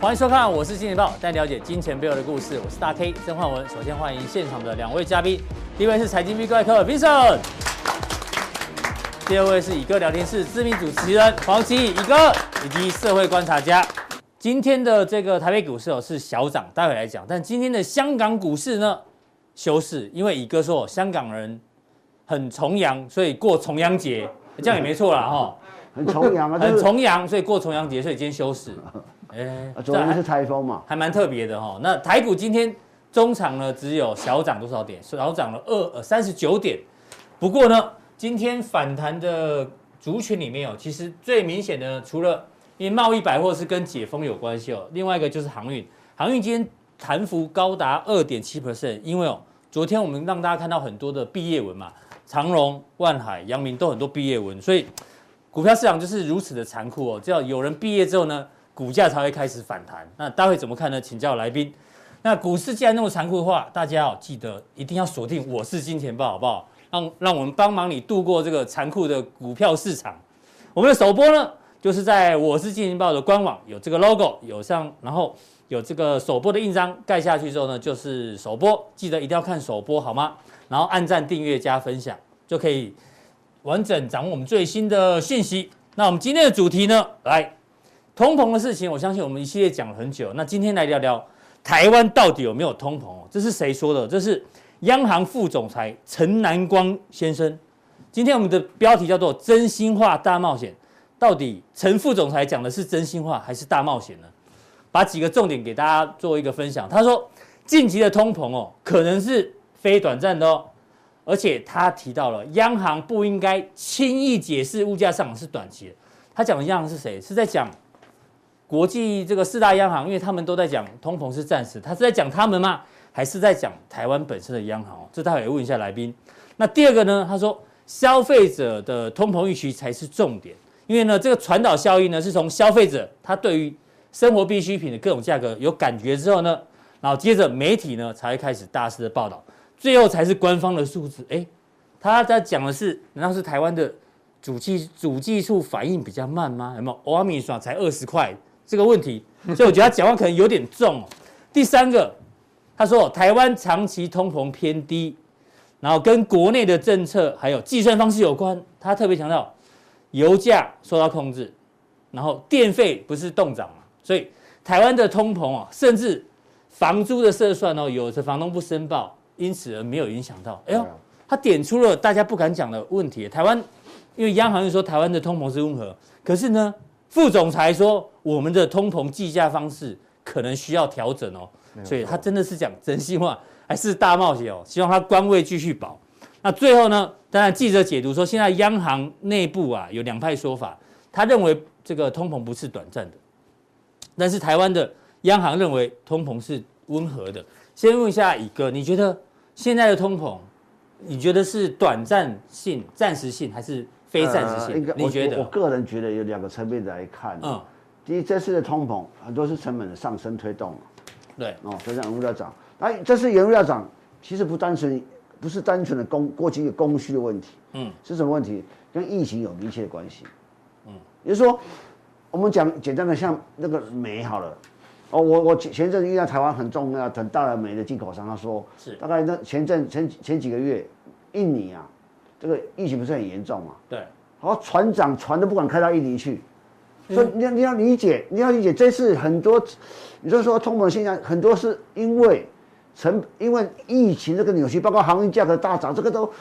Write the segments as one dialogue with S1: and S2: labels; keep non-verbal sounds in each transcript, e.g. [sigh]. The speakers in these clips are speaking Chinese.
S1: 欢迎收看，我是金钱豹，带你了解金钱背后的故事。我是大 K 曾焕文。首先欢迎现场的两位嘉宾，第一位是财经 B 怪客 Vincent，第二位是以哥聊天室知名主持人黄奇以哥，以及社会观察家。今天的这个台北股市哦是小涨，待会来讲。但今天的香港股市呢休市，因为以哥说香港人很重阳，所以过重阳节，这样也没错啦哈、
S2: 很
S1: [laughs]
S2: 重阳啊，
S1: 很
S2: 就是
S1: 重阳，所以过重阳节，所以今天休市。哎、
S2: 啊
S1: 这
S2: 昨天
S1: 还
S2: 是台风嘛，
S1: 还蛮特别的哈、那台股今天中场呢只有小涨多少点？小涨了二呃三十九点。不过呢，今天反弹的族群里面哦，其实最明显的呢除了因为贸易百货是跟解封有关系哦，另外一个就是航运。航运今天弹幅高达二点七 percent，因为哦，昨天我们让大家看到很多的毕业文嘛，长荣、万海、阳明都很多毕业文，所以股票市场就是如此的残酷哦。只要有人毕业之后呢，股价才会开始反弹。那大会怎么看呢？请教来宾。那股市既然那么残酷的话，大家哦记得一定要锁定我是金钱豹，好不好？让让我们帮忙你度过这个残酷的股票市场。我们的首播呢，就是在我是金钱豹的官网有这个 logo，有上，然后有这个首播的印章盖下去之后呢，就是首播，记得一定要看首播好吗？然后按赞、订阅、加分享，就可以完整掌握我们最新的讯息。那我们今天的主题呢，来通膨的事情，我相信我们一系列讲了很久。那今天来聊聊台湾到底有没有通膨哦？这是谁说的？这是央行副总裁陈南光先生。今天我们的标题叫做“真心话大冒险”，到底陈副总裁讲的是真心话还是大冒险呢？把几个重点给大家做一个分享。他说，近期的通膨哦，可能是非短暂的哦，而且他提到了央行不应该轻易解释物价上涨是短期的。他讲的央行是谁？是在讲国际这个四大央行，因为他们都在讲通膨是暂时，他是在讲他们吗？还是在讲台湾本身的央行哦？这待会也问一下来宾。那第二个呢？他说消费者的通膨预期才是重点，因为呢，这个传导效应呢是从消费者他对于生活必需品的各种价格有感觉之后呢，然后接着媒体呢才会开始大肆的报道，最后才是官方的数字。诶，他在讲的是，难道是台湾的主技主技术反应比较慢吗？有没有？欧米爽才二十块这个问题，所以我觉得他讲话可能有点重、哦。第三个，他说哦台湾长期通膨偏低，然后跟国内的政策还有计算方式有关。他特别强调，油价受到控制，然后电费不是动涨嘛，所以台湾的通膨啊，甚至房租的设算哦，有的房东不申报，因此而没有影响到。哎呦
S2: 对啊，
S1: 他点出了大家不敢讲的问题。台湾因为央行又说台湾的通膨是温和，可是呢，副总裁说我们的通膨计价方式可能需要调整哦，所以他真的是讲真心话还是大冒险哦？希望他官位继续保。那最后呢，当然记者解读说，现在央行内部啊有两派说法，他认为这个通膨不是短暂的，但是台湾的央行认为通膨是温和的。先问一下乙哥，你觉得现在的通膨，你觉得是短暂性、暂时性还是非暂时
S2: 呃应
S1: 性？
S2: 该
S1: 你
S2: 我
S1: 觉
S2: 我我
S1: 得？
S2: 个人觉得有两个层面来看，
S1: 嗯，
S2: 第一，这次的通膨很多是成本的上升推动
S1: 对，
S2: 哦，就像原物料涨，哎，这次原物料涨其实不单纯不是单纯的供过去的供需的问题，
S1: 嗯，
S2: 是什么问题？跟疫情有密切的关系，嗯，也就是说，我们讲简单的像那个煤好了。哦，我我前前阵子遇到台湾很重要很大的煤的进口商，他说
S1: 是
S2: 大概那前阵前前几个月，印尼啊，这个疫情不是很严重嘛，
S1: 对，
S2: 然后船长船都不敢开到印尼去，所以你要你要理解，你要理解这次很多，你就说通膨现象很多是因为成因为疫情这个扭曲，包括航运价格大涨，这个都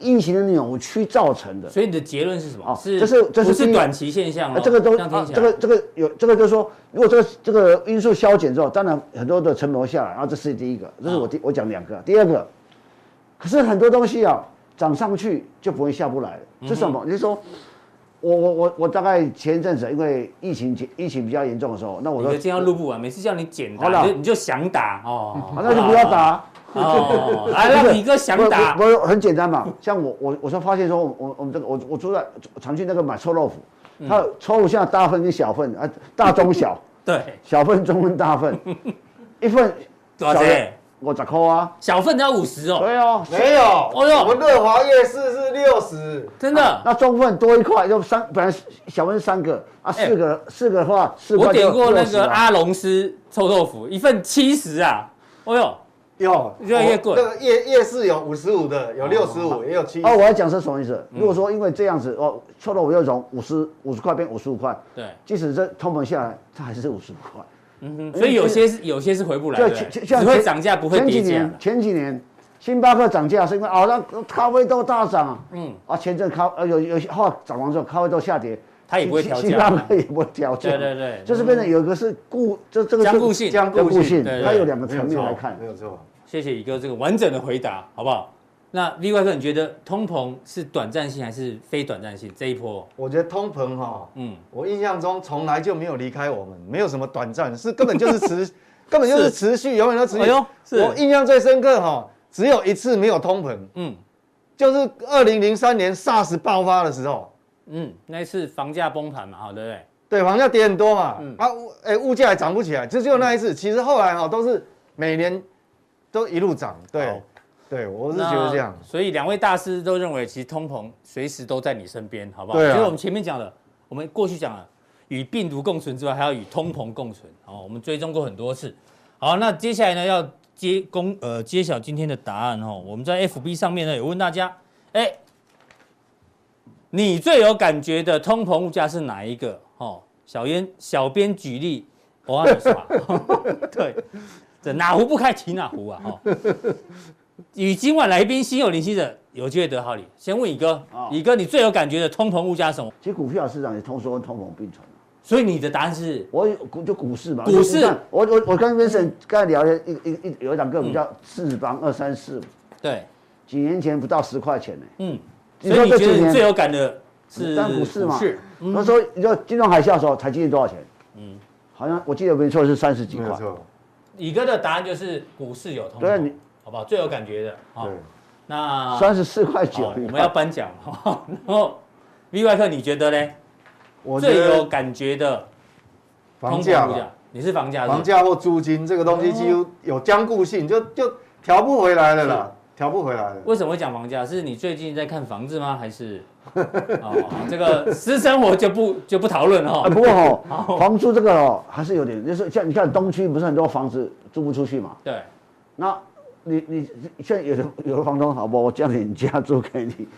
S2: 疫情的扭曲造成的。
S1: 所以你的结论是什么？
S2: 哦
S1: 是
S2: 这是这是
S1: 不
S2: 第
S1: 是
S2: 一
S1: 短期现象
S2: 啊，
S1: 咯？
S2: 这个都
S1: 哦样
S2: 啊
S1: 听起来
S2: 这个这个有这个就是说，如果这个这个因素消减之后，当然很多的成本会下来，然后这是第一个，这是我
S1: 哦
S2: 第我讲两个，第二个，可是很多东西啊涨上去就不会下不来了，这是什
S1: 嗯
S2: 么？就是说。我我我我大概前一阵子因为疫情疫情比较严重的时候，那我
S1: 你
S2: 说
S1: 的这样录不完，每次叫你简
S2: 好
S1: 答，
S2: 了
S1: 你就你就想打哦
S2: [laughs] 啊，那就不要。打。
S1: 哦，来
S2: 不
S1: 让
S2: 是
S1: 你哥想打
S2: 我，我我很简单嘛，像我我我说发现说，我我我们这个我我住在常去那个买臭豆腐，
S1: 嗯
S2: 它有臭豆腐现在大份跟小份啊，大中小，
S1: 对， [laughs]
S2: 小份中份大份，一份
S1: 多
S2: 小
S1: 少
S2: 的
S1: 钱？
S2: 五十块啊，
S1: 小份要五十哦，
S2: 对哦，
S3: 没有，
S1: 哎呦
S3: 我们乐华夜市是六十，
S1: 真的。
S2: 那中份多一块，就三本来小份三个啊，
S1: 哎
S2: 四个四个的话四块
S1: 我
S2: 就
S1: 点过那
S2: 60
S1: 个
S2: 啊
S1: 阿龙斯臭豆腐，一份七十啊，哎呦，
S3: 有
S1: 越来越贵
S3: 我那个夜夜市有五十五的，有六十五，也有七。
S2: 哦，我要讲是什么意思？
S1: 嗯
S2: 如果说因为这样子哦，错了我又从五十五十块变五十五块，
S1: 对，
S2: 即使这通膨下来，它还是五十五块。
S1: 嗯哼，所以有些是有些是回不来
S2: 就
S1: 的，
S2: 前
S1: 对
S2: 前
S1: 只
S2: 像
S1: 会
S2: 前
S1: 涨价不会
S2: 前
S1: 跌
S2: 几
S1: 价
S2: 年
S1: 了。
S2: 前几年星巴克涨价是因为哦，那咖啡豆大涨啊，嗯啊，前阵咖呃有有些后来涨完之后咖啡豆下跌，
S1: 它也不会
S2: 星
S1: 调价
S2: 星巴克也不会调价，
S1: 对对对
S2: 就是变成有一个是固，这这个
S1: 僵
S2: 是
S1: 固性
S2: 僵固
S1: 对
S2: 性，
S1: 对
S2: 它
S1: 对
S2: 有两个
S3: 没有
S2: 层面
S3: 错
S2: 来看
S3: 没。有错。
S1: 谢谢宇哥这个完整的回答，好不好？那另外一个，你觉得通膨是短暂性还是非短暂性？这一波，
S3: 我觉得通膨哈，
S1: 嗯，
S3: 我印象中从来就没有离开我们，没有什么短暂，是根本就是
S1: [laughs]
S3: 持，根本就是持续，永远都持续。
S1: 哎呦是
S3: 我印象最深刻哈，只有一次没有通膨，
S1: 嗯
S3: 就是二零零三年 SARS 爆发的时候，
S1: 嗯，那一次房价崩盘嘛，好对不对？
S3: 对，房价跌很多嘛，
S1: 嗯
S3: 啊，物哎、物价也涨不起来，就只有那一次。其实后来哈都是每年都一路涨，
S1: 好
S3: 对，对，我是觉得这样
S1: 那。所以两位大师都认为，其实通膨随时都在你身边，好不好？
S3: 对啊
S1: 就是我们前面讲的，我们过去讲了，与病毒共存之外，还要与通膨共存。好，我们追踪过很多次。好，那接下来呢，要揭公呃揭晓今天的答案哦。我们在 FB 上面呢，有问大家，哎、你最有感觉的通膨物价是哪一个？哦，小编小编举例，我忘了说啊， [laughs] 对，这哪壶不开提哪壶啊！哈、哦，与今晚来宾心有灵犀的，有机会得好礼。先问乙哥
S2: 哦，
S1: 乙、哥你最有感觉的通膨物价是什么？
S2: 其实股票市场也通缩跟通膨并存。
S1: 所以你的答案是
S2: 我有股就股市嘛，
S1: 股市
S2: 你看我我我跟 Vincent 刚才聊了一一一有一档个股叫四邦二三四，
S1: 对，
S2: 几年前不到十块钱呢、
S1: 嗯，
S2: 你
S1: 所
S2: 说
S1: 以你
S2: 这
S1: 觉
S2: 几
S1: 得你
S2: 年
S1: 最有感的是
S2: 当股市嘛
S1: 是，
S2: 那时候你知道金融海啸的时候，台积电多少钱？嗯，好像我记得没错是三十几
S3: 没
S2: 块
S3: 有。错，
S1: 乙哥的答案就是股市有通膨，
S2: 对啊你
S1: 好不好？最有感觉的，好、
S3: 对，
S1: 那
S2: 三十四块
S1: 好
S2: 九，
S1: 我们要颁奖，好 [laughs] 然后 V 外客你觉得呢？
S3: 我觉
S1: 最有
S3: 得
S1: 感觉的
S3: 房
S1: 通
S3: 价
S1: 膨
S3: 吧
S1: 物价，哦你是房价是不是
S3: 房价或租金这个东西几乎有僵固性，就就调不回来了啦，调不回来了。
S1: 为什么会讲房价？是你最近在看房子吗？还是哦，这个私生活就不就不讨论了
S2: [laughs] 啊，
S1: 哦。
S2: 不过
S1: [laughs]
S2: 哦，房租这个哦还是有点，就是像你看东区不是很多房子租不出去嘛？
S1: 对，
S2: 那你你现在有的有的房东好不好？我降你家租
S1: [laughs]
S2: 给你，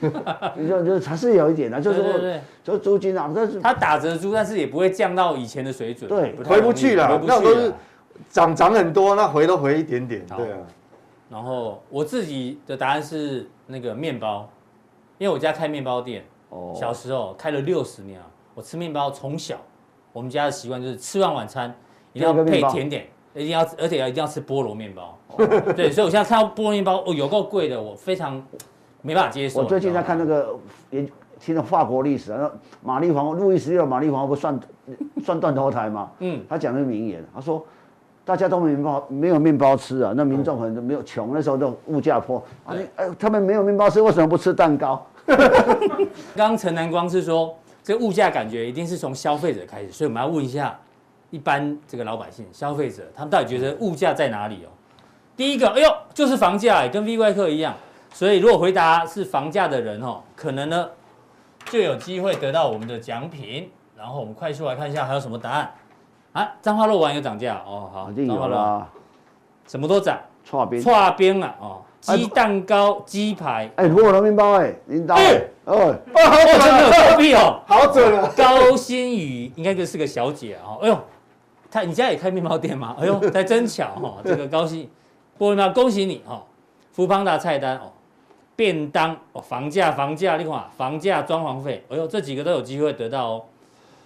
S2: 你就就是还是有一点的，就是
S1: 对对
S2: 说
S1: 对
S2: 就是租金啊，但是
S1: 它打折租，但是也不会降到以前的水准，
S2: 对
S1: 太容易
S3: 回不去
S1: 回
S3: 了，
S1: 不
S3: 那
S1: 去
S3: 种都是
S1: 了。
S3: 涨涨很多，那回都回一点点。
S1: 好
S3: 对啊， [laughs]
S1: 然后我自己的答案是那个面包，因为我家开面包店，
S2: 哦
S1: 小时候开了六十年啊，我吃面包从小，我们家的习惯就是吃完晚餐一定要
S2: 要个
S1: 配
S2: 面包
S1: 甜点，一定要而且要一定要吃菠萝面包。 [laughs] 对，所以我现在看到菠萝面包哦，有够贵的，我非常没办法接受。啊
S2: 我最近
S1: 你知道
S2: 在
S1: 吗
S2: 看那个研听了法国历史，啊那玛丽皇后路易十六，玛丽皇后不算 [laughs] 算断头台吗？
S1: 嗯
S2: 嗯，他讲的名言，他说大家都没面包，没有面包吃啊，那民众可能都没有穷，那时候的物价破啊，你哎，他们没有面包吃，为什么不吃蛋糕？
S1: 刚刚陈南光是说，这个物价感觉一定是从消费者开始，所以我们要问一下一般这个老百姓、消费者，他们到底觉得物价在哪里哦？第一个，哎呦，就是房价，跟 V 怪客一样。所以如果回答是房价的人哦，可能呢就有机会得到我们的奖品。然后我们快速来看一下还有什么答案啊？彰化肉丸有涨价哦，好，
S2: 肯定
S1: 彰化
S2: 啊有
S1: 肉丸，
S2: 啦，
S1: 什么都涨，
S2: 串边。
S1: 串冰啊哦，
S2: 哎
S1: 鸡蛋糕、鸡
S2: [laughs]
S1: 排，
S2: 哎，菠萝面包哎，领导哎，哦，
S3: 哦，好
S1: 哦，真的有屁哦。
S3: 好准啊！
S1: 高新宇应该就是个小姐啊哦，哎呦，她你家也开面包店吗？哎 [laughs] 呦，才真巧哦，这个高新波文喵，恭喜你哦，福邦达菜单哦，便当哦，房价房价，另外房价装潢费，哎呦，这几个都有机会得到哦，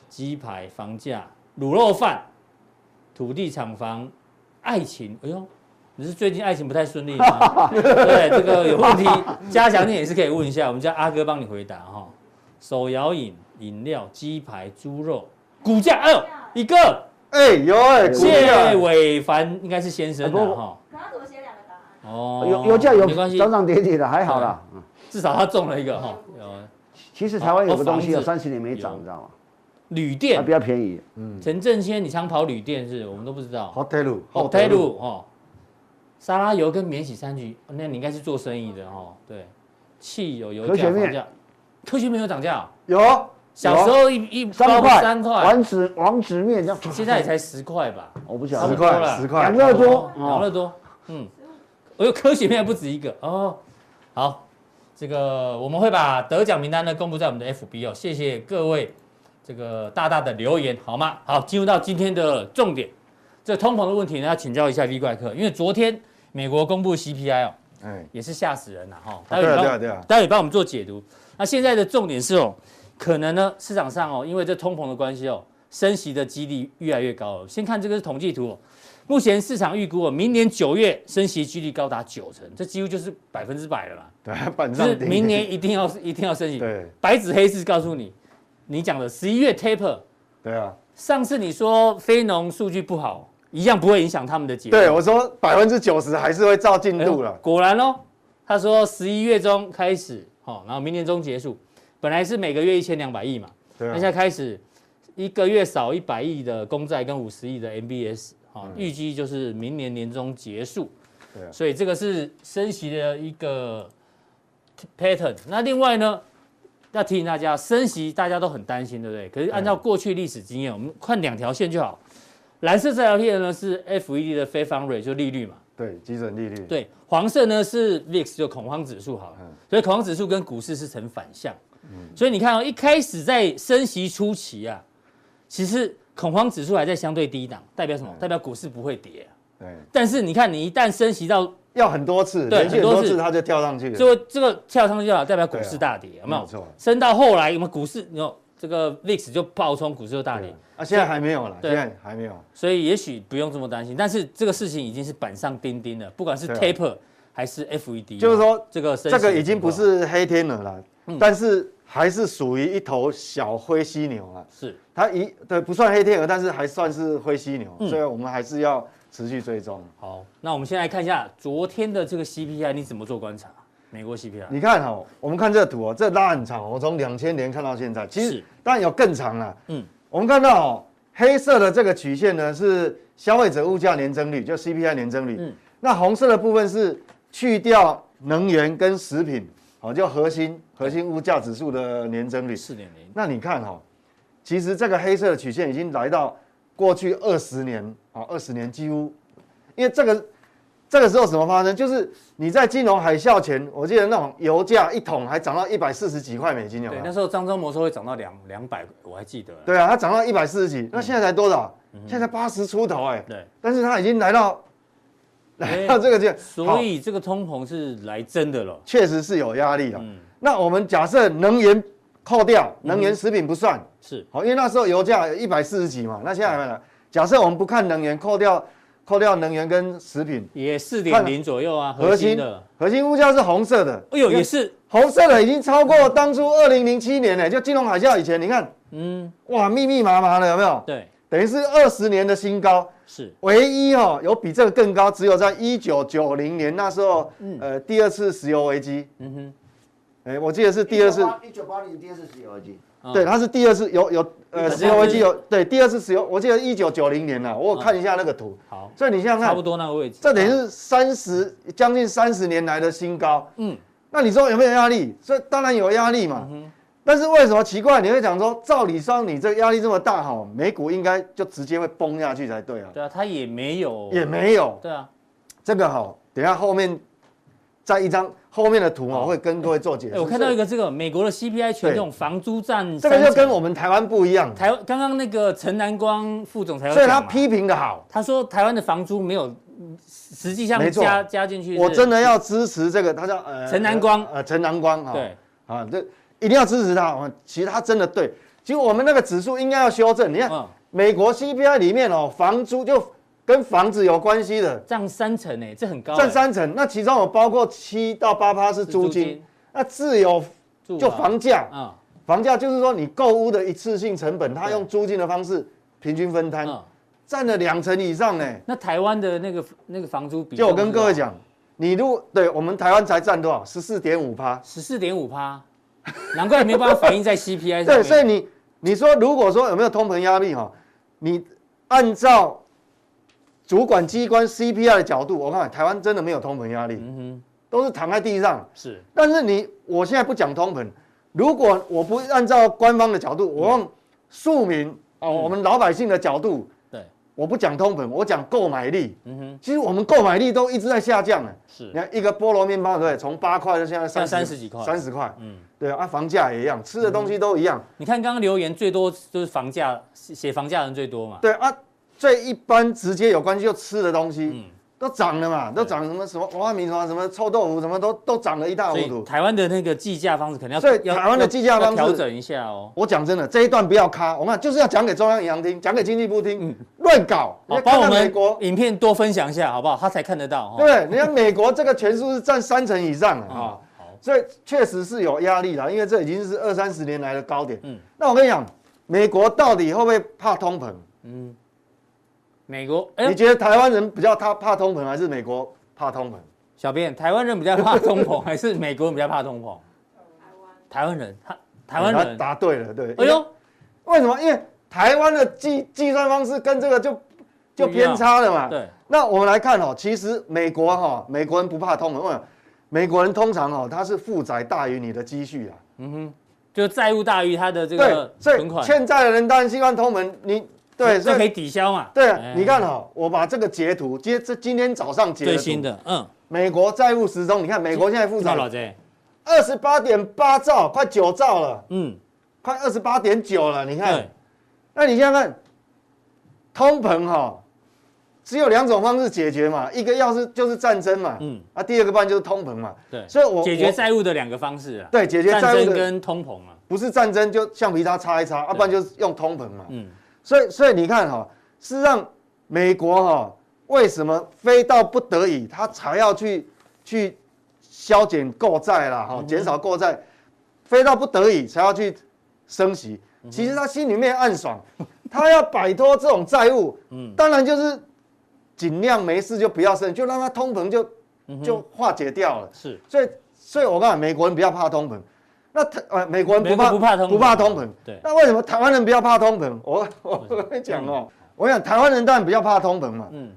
S1: 鸡排房价、卤肉饭、土地厂房、爱情，哎呦。你是最近爱情不太顺利吗？对，这个有问题，加强你也是可以问一下，我们叫阿哥帮你回答哈、手摇饮、饮料、鸡排、猪肉，股价，哎呦，一个
S3: 哎，有哎，股价
S1: 谢伟凡应该是先生
S2: 哎
S1: 的
S2: 不
S1: 哈，
S4: 可要怎么写两个答案？
S1: 哦，
S2: 有有价有
S1: 没关系，
S2: 涨涨跌跌的，还好啦。嗯
S1: 至少他中了一个哈。有
S2: 其实台湾有
S1: 哦
S2: 个东西
S1: 房
S2: 啊，
S1: 子
S2: 三十年没
S1: 有
S2: 涨，你知道吗？
S1: 旅
S2: 它
S1: 店
S2: 比，较便宜。
S1: 陈正谦，你常跑旅店是？我们都不知道。
S3: 啊 hotel
S1: 哦，泰。路哦，沙拉油跟免洗餐具，哦那你应该是做生意的哦。对，汽油油
S2: 科
S1: 价
S2: 学面啊
S1: 房价，科学面有涨价哦、
S3: 有
S1: 小时候一一
S2: 三
S1: 包
S2: 块，
S1: 三块，
S2: 王子王子面这样，
S1: 现在也才十块吧。
S2: 我不晓
S1: 差
S3: 十
S1: 不
S2: 得，
S1: 多
S3: 块
S1: 啦
S3: 十
S2: 两
S3: 块，
S2: 个多哦
S1: 养乐多，嗯，我有科学面还不止一个哦。好，这个我们会把得奖名单呢公布在我们的 FB 哦，谢谢各位这个大大的留言，好吗？好，进入到今天的重点，这通膨的问题呢要请教一下 V 怪客，因为昨天美国公布 CPI 哦，
S3: 哎，
S1: 也是吓死人了哈、
S3: 啊
S1: 待
S3: 对
S1: 会
S3: 啊
S1: 帮
S3: 对啊对啊，
S1: 待会帮我们做解读。那现在的重点是哦，可能呢市场上哦，因为这通膨的关系哦，升息的几率越来越高了。先看这个是统计图、哦，目前市场预估哦，明年九月升息几率高达九成，这几乎就是百分之百了嘛，
S3: 对啊，板
S1: 就是
S3: 上钉
S1: 明年一定要 [laughs] 一定要升息。
S3: 对
S1: 白纸黑字告诉你，你讲的十一月 taper，
S3: 对啊，
S1: 上次你说非农数据不好，一样不会影响他们的结果。
S3: 对我说百分之九十还是会照进
S1: 哎呦
S3: 度了，
S1: 果然哦，他说十一月中开始，哦，然后明年中结束。本来是每个月一千两百亿嘛，
S3: 对
S1: 那
S3: 啊
S1: 现，在开始一个月少一百亿的公债跟五十亿的 MBS，哦，预计就是明年年中结束。
S3: 嗯对啊
S1: 所以这个是升息的一个 pattern。那另外呢，要提醒大家，升息大家都很担心，对不对？可是按
S3: 嗯
S1: 照过去历史经验，我们看两条线就好。蓝色这条线呢是 FED 的非方 rate，就利率嘛。
S3: 对，基准利率，
S1: 对，黄色呢是 VIX 就恐慌指数好了，
S3: 嗯
S1: 所以恐慌指数跟股市是成反向。所以你看哦，一开始在升息初期啊，其实恐慌指数还在相对低档，代表什么？
S3: 嗯
S1: 代表股市不会跌啊、
S3: 对，
S1: 但是你看，你一旦升息到
S3: 哎要很多次，
S1: 对
S3: 连续
S1: 很
S3: 很
S1: 多
S3: 多
S1: 次
S3: 次它就跳上去了，
S1: 这个这个跳上去就好，代表股市大跌，有没有？
S3: 啊没错
S1: 升到后来，我们股市有这个 VIX 就爆冲，股市就大跌。
S3: 啊，现在还没有了，
S1: 对
S3: 现在还没有，
S1: 所以也许不用这么担心，但是这个事情已经是板上钉钉了，不管是
S3: 对啊
S1: taper 还是 FED，
S3: 就是说
S1: 啊这嗯个升息
S3: 这
S1: 的
S3: 个已经
S1: 情
S3: 不
S1: 况
S3: 是黑天鹅了，但是还是属于一头小灰犀牛了。
S1: 是
S3: 它一对不算黑天鹅，但是还算是灰犀牛，
S1: 嗯
S3: 所以我们还是要持续追踪。
S1: 好，那我们先来看一下昨天的这个 CPI，你怎么做观察？美国 CPI
S3: 你看哦，我们看这个图哦，这拉很长哦，我从两千年看到现在，其
S1: 是
S3: 实当然有更长了。
S1: 嗯
S3: 嗯，我们看到哦，黑色的这个曲线呢是消费者物价年增率，就 CPI 年增率。
S1: 嗯
S3: 嗯，那红色的部分是去掉能源跟食品，哦，就核心核心物价指数的年增率。
S1: 四点零，
S3: 那你看哈、哦，其实这个黑色的曲线已经来到过去二十年啊，二、十年几乎，因为这个这个时候什么发生？就是你在金融海啸前，我记得那种油价一桶还涨到一百四十几块美金，有没
S1: 对，
S3: 有
S1: 那？时候张忠谋说会涨到两两百，我还记得。
S3: 对啊，它涨到一百四十
S1: 嗯
S3: 几，那现在才多少？现在八十出头哎、
S1: 对，
S3: 但是它已经来到来到这个点，
S1: 所以这个通膨是来真的了
S3: 好。确实是有压力的。
S1: 嗯，
S3: 那我们假设能源扣掉，能源食品不算，
S1: 是
S3: 好，因为那时候油价一百四十几嘛，那现在还没来。假设我们不看能源，扣掉扣掉能源跟食品，
S1: 也四点零左右啊，核
S3: 核
S1: 心
S3: 心
S1: 的。
S3: 核心物价是红色的。
S1: 哎呦，
S3: 因为
S1: 也是，
S3: 红色的已经超过当初二零零七年呢、就金融海啸以前，你看
S1: 嗯，
S3: 哇，密密麻麻的，有没有？
S1: 对，
S3: 等于是二十年的新高。
S1: 是
S3: 唯一哦，有比这个更高，只有在一九九零年那时候，
S1: 嗯
S3: 呃，第二次石油危机，嗯哼，哎，我记得是第二次，
S2: 一九八零第二次石油机，
S1: 嗯
S3: 对，它是第二次有有
S1: 一
S3: 呃
S1: 九九零
S3: 石油危机有对第二次石油，我记得一九九零年了，我有看一下那个图，
S1: 嗯好，
S3: 所以你想
S1: 差
S3: 想
S1: 不
S3: 看，
S1: 多那个位置。
S3: 这等于是三十将近三十年来的新高，
S1: 嗯
S3: 嗯，那你说有没有压力？所以当然有压力嘛，但是为什么奇怪？你会讲说，照理说你这个压力这么大哈，美股应该就直接会崩下去才对啊，
S1: 对啊，它也没有，
S3: 也没有，
S1: 对啊。
S3: 这个好，等一下后面在一张后面的图
S1: 好
S3: 哦，会跟各位做解释。
S1: 哎，我看到一
S3: 个，
S1: 个这个美国的 CPI 权重房租占
S3: 这个就
S1: 三成
S3: 跟我们台湾不一样，
S1: 台湾刚刚那个陈南光副总裁有
S3: 所以他
S1: 讲嘛
S3: 批评的好。
S1: 他说台湾的房租没有，嗯实际上
S3: 没错
S1: 加加进去是，
S3: 我真的要支持这个，他叫呃
S1: 陈南光
S3: 呃陈南光哈，
S1: 对
S3: 啊，这一定要支持他。哦其实他真的对，其实我们那个指数应该要修正。你看
S1: 嗯
S3: 美国 CPI 里面哦，房租就跟房子有关系的，
S1: 占三成诶，这很高欸，
S3: 占三成，那其中有包括七到八趴是
S1: 是
S3: 租金，那自有
S1: 住
S3: 就
S1: 啊
S3: 房价，
S1: 啊
S3: 房价就是说你购物的一次性成本，它用租金的方式平均分摊，
S1: 嗯，
S3: 占了两成以上呢。
S1: 那台湾的那个那个房租比
S3: 就我跟
S1: 嗯
S3: 各位讲，你如果对我们台湾才占多少？十四点五趴。
S1: 十四点五趴，难怪没有办法反映
S3: [laughs]
S1: 在 CPI 上面。
S3: 对，所以你你说如果说有没有通膨压力哈？你按照主管机关 CPI 的角度，我看台湾真的没有通膨压
S1: 嗯
S3: 力，都是躺在地上。
S1: 是
S3: 但是你，我现在不讲通膨，如果我不按照官方的角
S1: 嗯
S3: 度，我用庶民啊、我们老百姓的角度，
S1: 对，
S3: 我不讲通膨，我讲购买力。
S1: 嗯哼，
S3: 其实我们购买力都一直在下降啊。
S1: 是
S3: 你看一个菠萝面包，对不对，从八块到现在
S1: 现在
S3: 三
S1: 30几块
S3: 三十块，
S1: 嗯，
S3: 对啊，房价也一样，吃的东西都一样，
S1: 你看刚刚留言最多就是房价，写写房价的人最多嘛，
S3: 对啊，最一般直接有关系就吃的东西，
S1: 嗯
S3: 都涨了嘛，都涨什么什么娃娃米什么什么臭豆腐什么都都涨了一塌糊
S1: 所
S3: 涂
S1: 以。嗯台湾的那个计价方式可能要，
S3: 啊所以
S1: 要
S3: 台湾的计价
S1: 要
S3: 方式
S1: 调整一下哦。
S3: 我讲真的，这一段不要卡，我看就是要讲给中央银行听，讲给经济部
S1: 嗯
S3: 听，乱搞，
S1: 好，哦
S3: 人家
S1: 帮
S3: 看
S1: 我
S3: 到美
S1: 们嗯
S3: 国，
S1: 影片多分享一下好不好？他才看得到
S3: 对不
S1: 哈。
S3: 对？人家美国这个权数是占三成以上的
S1: 嗯
S3: 啊，
S1: 好，
S3: 所以确实是有压力啦，因为这已经是二三十年来的高点。
S1: 嗯
S3: 那我跟你讲，美国到底会不会怕通膨？
S1: 嗯，美国，哎
S3: 你
S1: 呦，
S3: 觉得台湾人比较怕怕通膨，还是美国怕通膨？
S1: 小编，台湾人比较怕通
S3: [laughs]
S1: 膨，还是美国人比较怕通膨？台湾人，他台湾
S3: 哎他
S1: 人，
S3: 答对了，对。
S1: 哎呦，
S3: 为什么？因为台湾的计计算方式跟这个就就
S1: 不一样
S3: 偏差了嘛。
S1: 对，
S3: 那我们来看哦，其实美国哈、美国人不怕通膨，为什么？美国人通常哦，他是负债大于你的积蓄啊。
S1: 嗯哼，就债务大于他的这
S3: 对
S1: 个，
S3: 所
S1: 存
S3: 以
S1: 款，
S3: 欠债的人当然希望通膨，你对，
S1: 这
S3: 所
S1: 可以
S3: 以
S1: 抵消嘛？
S3: 对
S1: 哎
S3: 啊，你看哈、哦，我把这个截图，今这今天早上截
S1: 最新
S3: 的图
S1: 的，嗯，
S3: 美国债务时钟，你看美国现在负
S1: 到
S3: 债
S1: 老贼，
S3: 二十八点八兆，快九兆了，
S1: 嗯，
S3: 快二十八点九了，你看
S1: 对。，
S3: 那你想想看，通膨哈、只有两种方式解决嘛，一个要是就是战争嘛，
S1: 嗯
S3: 嗯，啊，第二个办就是通膨嘛，
S1: 对，
S3: 所以我
S1: 解决
S3: 我
S1: 债务的两个方式啊，
S3: 对解决
S1: 战
S3: 债务
S1: 争
S3: 的
S1: 跟通膨啊嘛，
S3: 不是战争就橡皮擦擦一擦，啊，
S1: 对
S3: 不然就是用通膨嘛，
S1: 嗯，
S3: 所以所以你看哈、是让美国哈、为什么非到不得已他才要去去削减购债啦，
S1: 嗯
S3: 哈、减少购债，非到不得已才要去升息，
S1: 嗯
S3: 其实他心里面暗爽， [laughs] 他要摆脱这种债务，
S1: 嗯
S3: 当然就是尽量没事就不要升，就让它通膨就
S1: 嗯
S3: 就化解掉了。
S1: 是，
S3: 所以，所以我告诉你，美国人不要怕通膨，那台呃美国人
S1: 美
S3: 不
S1: 国
S3: 怕
S1: 不怕通
S3: 不怕通膨，
S1: 对，
S3: 那为什么台湾人不要怕通膨？我我我跟你讲哦，我想台湾人当然不要怕通膨嘛，
S1: 嗯，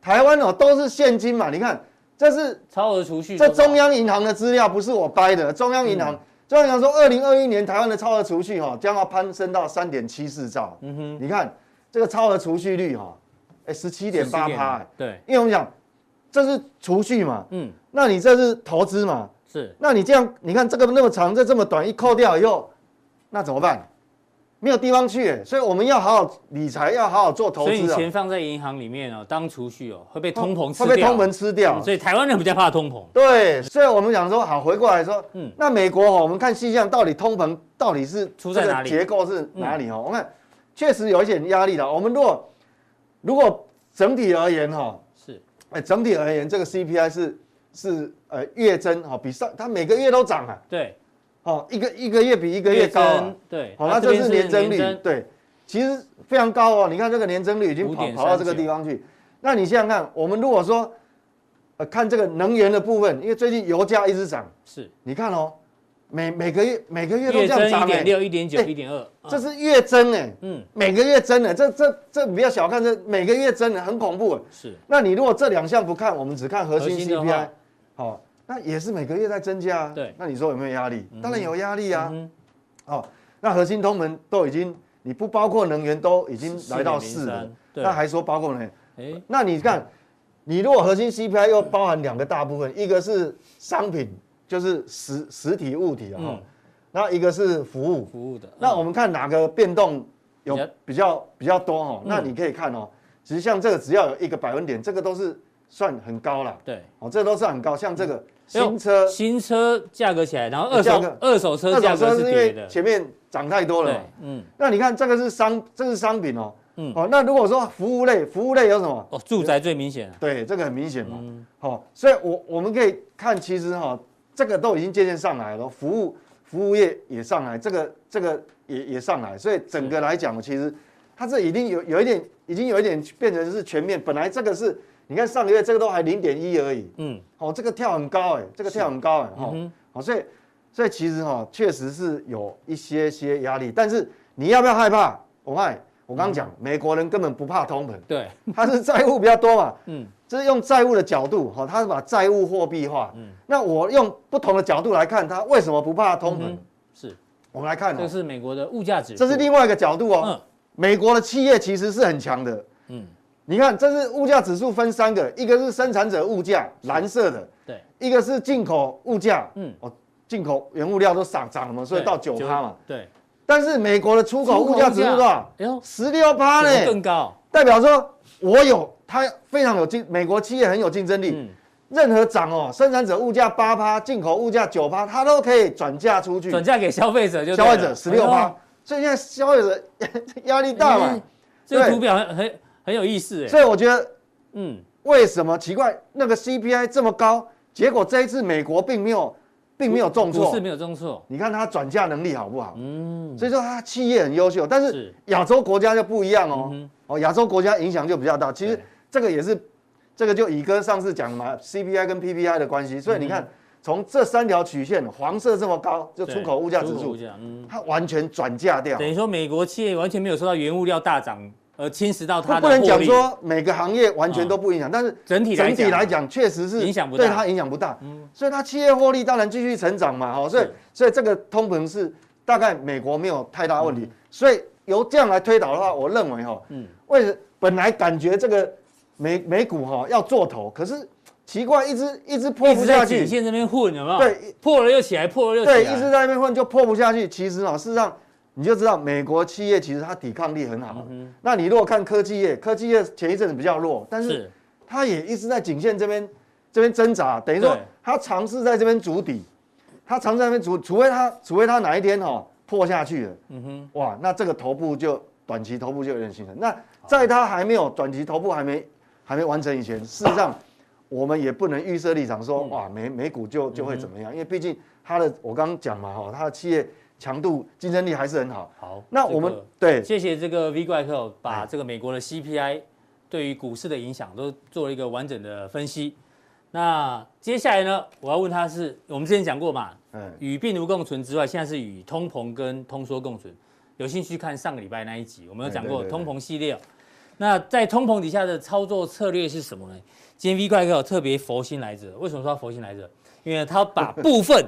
S3: 台湾哦都是现金嘛，你看这是
S1: 超额储蓄，
S3: 这中央银行的资料不是我掰的，中央银行。中央银行说，二零二一年台湾的超额储蓄哈、将要攀升到三点七四兆。嗯哼，你看这个超额储蓄率哈、哎十七点八趴，哎
S1: 对，
S3: 因为我们讲这是储蓄嘛，
S1: 嗯，
S3: 那你这是投资嘛，
S1: 是，
S3: 那你这样你看这个那么长，这这么短，一扣掉以后，那怎么办？没有地方去，哎所以我们要好好理财，要好好做投
S1: 所以你
S3: 资啊，
S1: 钱放在银行里面哦，当储蓄哦，会被通膨吃
S3: 会被
S1: 掉，
S3: 通膨吃掉
S1: 嗯，所以台湾人比较怕通膨，
S3: 对，所以我们讲说，好，回过来说，
S1: 嗯
S3: 嗯，那美国哦，我们看细项到底通膨到底是
S1: 出在
S3: 这个
S1: 哪里嗯
S3: 结构是哪里哦？我看确实有一点压力的。我们如果如果整体而言哈、哦，
S1: 是，
S3: 哎，整体而言这个 CPI 是是呃月增哈、哦，比上它每个月都涨啊，
S1: 对，
S3: 哦，一个一个月比一个月高啊，
S1: 增，对，
S3: 好、
S1: 那
S3: 那这是年增
S1: 边
S3: 率，对，其实非常高哦。你看这个年增率已经跑
S1: 5.39
S3: 跑到这个地方去。那你想想看，我们如果说，呃，看这个能源的部分，因为最近油价一直涨，
S1: 是
S3: 你看哦，每每个月每个月都
S1: 月
S3: 这样
S1: 增
S3: 涨
S1: 一点
S3: 哎、
S1: 六、一点九、
S3: 哎
S1: 一点二，
S3: 这
S1: 嗯
S3: 是月增哎、
S1: 嗯
S3: 每个月增的、欸这这这不要小看这每个月增的、很恐怖、哎
S1: 是
S3: 那你如果这两项不看，我们只看核
S1: 核
S3: 心
S1: 心的话
S3: CPI，好、那也是每个月在增加、啊，
S1: 对
S3: 那你说有没有压力？当然有压力啊。
S1: 嗯
S3: 哦，那核心通膨都已经，你不包括能源都已经来到四了
S1: 4.03，对
S3: 那还说包括能源？
S1: 哎
S3: 那你看，你如果核心 CPI 又包含两个大部分，一个是商品，就是实实体物体啊、哦
S1: 嗯，
S3: 那一个是服务。
S1: 服务的，
S3: 那
S1: 嗯
S3: 我们看哪个变动有
S1: 比较
S3: 比较比较多哦？
S1: 嗯
S3: 那你可以看哦，其实像这个只要有一个百分点，这个都是算很高了，
S1: 对。
S3: 哦，这都是很高。像这个
S1: 哎呦
S3: 新车，
S1: 新车价格起来，然后二手
S3: 价格
S1: 二手车
S3: 二
S1: 价
S3: 手
S1: 格
S3: 车
S1: 是
S3: 是因
S1: 跌
S3: 为
S1: 的，
S3: 前面涨太多了嘛
S1: 对。，嗯，
S3: 那你看这个是商，这是商品哦。
S1: 嗯
S3: 哦，那如果说服务类，服务类有什么？
S1: 哦，住宅最明显了，
S3: 对，这个很明显嘛。
S1: 嗯，
S3: 好、所以我我们可以看，其实哈、这个都已经渐渐上来了，服务服务业也上来，这个这个也也上来，所以整个来讲，其实它这已经有有一点，已经有一点变成是全面。本来这个是，你看上个月这个都还零点一而已，
S1: 嗯，
S3: 哦，这个跳很高哎，这个跳很高哎，哈、
S1: 嗯
S3: 好，所以哦所以其实哈、确实是有一些些压力，但是你要不要害怕？我看我刚刚讲，
S1: 嗯
S3: 美国人根本不怕通膨，
S1: 对，
S3: 他是债务比较多嘛，
S1: 嗯，
S3: 这是用债务的角度，哈、他是把债务货币化。
S1: 嗯
S3: 那我用不同的角度来看，他为什么不怕通膨？
S1: 嗯是，
S3: 我们来看、
S1: 这个
S3: 哦，
S1: 是美国的物价指数，
S3: 这是另外一个角度哦。
S1: 嗯
S3: 美国的企业其实是很强的。
S1: 嗯，
S3: 你看，这是物价指数分三个，一个是生产者物价，蓝色的；
S1: 对，
S3: 一个是进口物价，
S1: 嗯
S3: 嗯，哦，进口原物料都涨涨了嘛，所以到九趴嘛。，
S1: 对，
S3: 但是美国的出口物价指数多少？
S1: 哎呦，
S3: 十六趴
S1: 怎么
S3: 呢，
S1: 更高，
S3: 代表说我有它非常有竞，美国企业很有竞争力。
S1: 嗯，
S3: 任何涨哦，生产者物价八趴，进口物价九趴，它都可以转嫁出去，
S1: 转嫁给消费者就对
S3: 嗯消
S1: 了哎
S3: 费者十六趴，所以现在消费者压力大嘛
S1: 嗯。这个
S3: 对
S1: 图表很很很有意思哎，
S3: 所以我觉得
S1: 嗯，
S3: 为什么奇怪，那个 CPI 这么高，结果这一次美国并没有并没有重
S1: 不
S3: 挫
S1: 是，没有中错，
S3: 你看它转嫁能力好不好？
S1: 嗯，
S3: 所以说它企业很优秀，但是
S1: 是
S3: 亚洲国家就不一样哦。
S1: 嗯
S3: 哦，亚洲国家影响就比较大。其实
S1: 对
S3: 这个也是，这个就乙哥上次讲的嘛，CPI 跟 PPI 的关系。所以
S1: 嗯
S3: 你看，从这三条曲线，黄色这么高，就
S1: 对
S3: 出口物价指
S1: 出口物
S3: 数，
S1: 价，嗯，
S3: 它完全转嫁掉
S1: 等。于说美国企业完全没有受到原物料大涨而侵蚀到它的
S3: 不不能
S1: 获
S3: 讲
S1: 利嗯
S3: 说每个行业完全都不影响，但是
S1: 整体来
S3: 整
S1: 讲
S3: 体来讲确实是
S1: 影响不大嗯
S3: 对它影响不大。所以它企业获利当然继续成长嘛，哈，所以
S1: 是
S3: 所以这个通膨是大概美国没有太大问题。所以由这样来推导的话，我认为哈，
S1: 嗯
S3: 为什本来感觉这个美美股哈、要做头，可是奇怪，一直一直破
S1: 一
S3: 不
S1: 直
S3: 下
S1: 在
S3: 去
S1: 颈，线这边混，有没有？
S3: 对，
S1: 破了又起来，破了又起来，
S3: 对，一直在那边混就破不下去。其实啊、事实上你就知道，美国企业其实它抵抗力很好。
S1: 嗯
S3: 那你如果看科技业，科技业前一阵子比较弱，但是
S1: 是
S3: 它也一直在颈线这边这边挣扎，等于说
S1: 对
S3: 它尝试在这边筑底，它尝试在那边筑，除非它除非它哪一天哈、破下去了，嗯哼，哇，那这个头部就短期头部就有点形成。那在它还没有短期头部还没还没完成以前，事实上。我们也不能预设立场说，
S1: 嗯
S3: 哇，美美股就就会怎么样，因为毕竟它的我刚刚讲嘛，哈，它的企业强度竞争力还是很好。
S1: 好。
S3: 那
S1: 这个
S3: 我们对
S1: 谢谢这个 V 怪客把这个美国的 CPI 对于股市的影响都做了一个完整的分析。那接下来呢，我要问他是我们之前讲过嘛，
S3: 嗯
S1: 与病毒共存之外，现在是与通膨跟通缩共存。有兴趣看上个礼拜那一集，我们有讲过
S3: 哎对对对
S1: 通膨系列哦、那在通膨底下的操作策略是什么呢？今天 V 怪客有特别佛心来着，为什么说他佛心来着？因为他把部分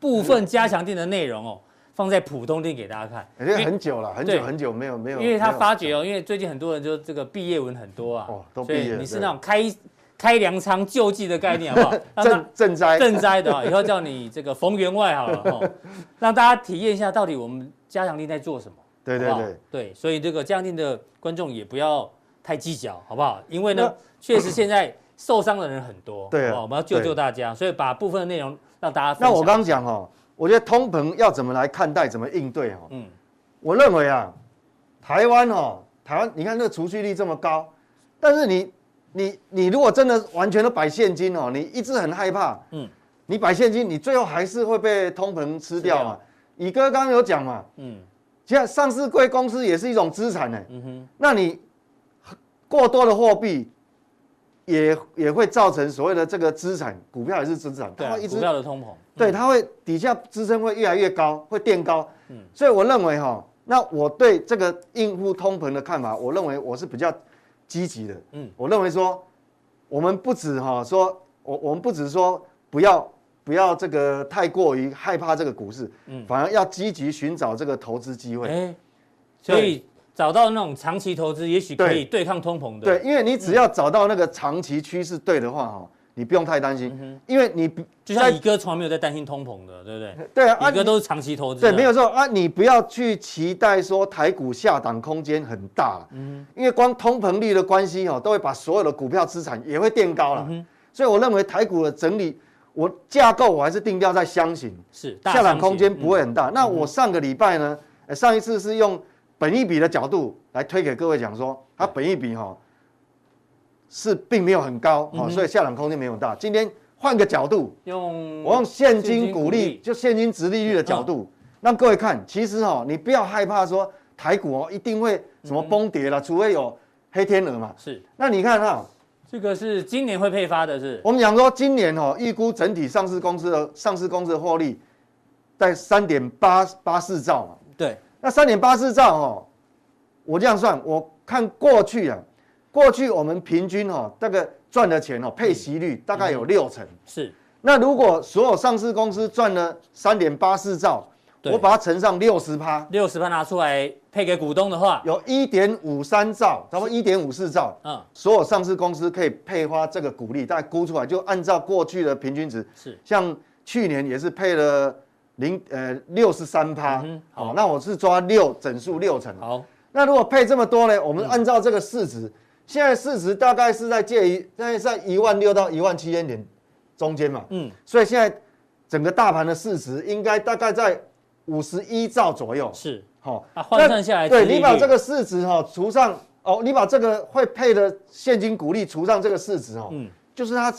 S1: 部分加强店的内容哦，放在普通店给大家看，
S3: 已
S1: 因
S3: 经
S1: 为
S3: 哎很久了，很
S1: 对
S3: 久很久没有没有，
S1: 因为他
S3: 没有
S1: 发觉哦，因为最近很多人就这个毕业文很多啊，
S3: 哦都
S1: 所以
S3: 毕业了
S1: 你是
S3: 对
S1: 那种开开粮仓救济的概念好不好？
S3: [laughs]
S1: 让
S3: 赈
S1: 他
S3: 赈灾，
S1: [laughs] 赈灾的啊，以后叫你这个冯员外好了
S3: [laughs]
S1: 哦，让大家体验一下到底我们加强力在做什么。
S3: 对对
S1: 好不好
S3: 对，
S1: 对，所以这个加强力的观众也不要太计较，好不好？因为呢
S3: 那，
S1: 确实现在受伤的人很多，
S3: 对
S1: 好
S3: 啊
S1: 不好我们要救
S3: 对
S1: 救大家，所以把部分的内容让大家分
S3: 那
S1: 享。
S3: 我刚讲哦，我觉得通膨要怎么来看待，怎么应对哦。
S1: 嗯
S3: 我认为啊，台湾哦，台湾你看这个储蓄率这么高，但是你你你如果真的完全都摆现金哦，你一直很害怕，
S1: 嗯
S3: 嗯，你摆现金，你最后还是会被通膨吃掉嘛。乙哥刚刚有讲嘛，
S1: 啊嗯
S3: 现在上市贵公司也是一种资产呢、
S1: 嗯哼，
S3: 那你过多的货币也也会造成所谓的这个资产，股票也是资产，
S1: 对
S3: 它
S1: 啊，
S3: 会一
S1: 股
S3: 直
S1: 票的通膨，
S3: 对，它会底下支撑会越来越高，会垫高。
S1: 嗯
S3: 所以我认为哈，那我对这个应付通膨的看法，我认为我是比较积极的。
S1: 嗯
S3: 嗯，我认为说，我们不止哈说，我我们不止说不要不要这个太过于害怕这个股市，
S1: 嗯
S3: 反而要积极寻找这个投资机会。
S1: 哎，所以找到那种长期投资，也许可以对嗯抗通膨的。
S3: 对，，因为你只要找到那个长期趋势对的话哈，你不用太担心，因为你不
S1: 嗯就像
S3: 在
S1: 乙哥从来没有在担心通膨的，对不对？
S3: 对啊，
S1: 乙哥都是长期投资的。
S3: 对，没有错啊，你不要去期待说台股下档空间很大了，因为光通膨率的关系哦，都会把所有的股票资产也会垫高了，所以我认为台股的整理，我架构我还是定调在箱型，嗯
S1: 是大
S3: 下档
S1: 长期嗯
S3: 空间不会很大。那我上个礼拜呢，呃上一次是用本一比的角度来推给各位讲说，它本一比哈、哦、是并没有很高哦，所以下档空间没有很大。今天换个角度，
S1: 用
S3: 我用嗯现金
S1: 鼓
S3: 股
S1: 励
S3: 利，嗯就现金值利率的角度，让各位看，其实哦，你不要害怕说台股哦一定会什么崩跌了，除非有黑天鹅嘛。
S1: 是
S3: 那你看哈，
S1: 这个是今年会配发的是，
S3: 我们讲说今年哦，预估整体上市公司的上市公司的获利在三点八八四兆嘛，
S1: 对，
S3: 那三点八四兆哦，我这样算，我看过去啊，过去我们平均哦，这个赚的钱哦，配息率大概有六成。
S1: 是
S3: 那如果所有上市公司赚了三点八四兆，
S1: 对
S3: 我把它乘上六十趴，
S1: 六十趴拿出来配给股东的话，
S3: 有一点五三兆，差不多一点五四兆。
S1: 嗯，
S3: 所有上市公司可以配发这个股利，大概估出来就按照过去的平均值，
S1: 是
S3: 像去年也是配了零呃六十三趴
S1: 嗯哼，好
S3: 好、那我是抓六整数六成。
S1: 好，嗯
S3: 那如果配这么多呢？我们按照这个市值，现在市值大概是在介于大概在一万六到一万七千点中间嘛，
S1: 嗯，
S3: 所以现在整个大盘的市值应该大概在五十一兆左右。
S1: 是
S3: 好、
S1: 啊换
S3: 那
S1: 算下来殖
S3: 对
S1: 利
S3: 你把
S1: 率
S3: 这个市值哈、除上哦，你把这个会配的现金股利除上这个市值哦，
S1: 嗯
S3: 就是它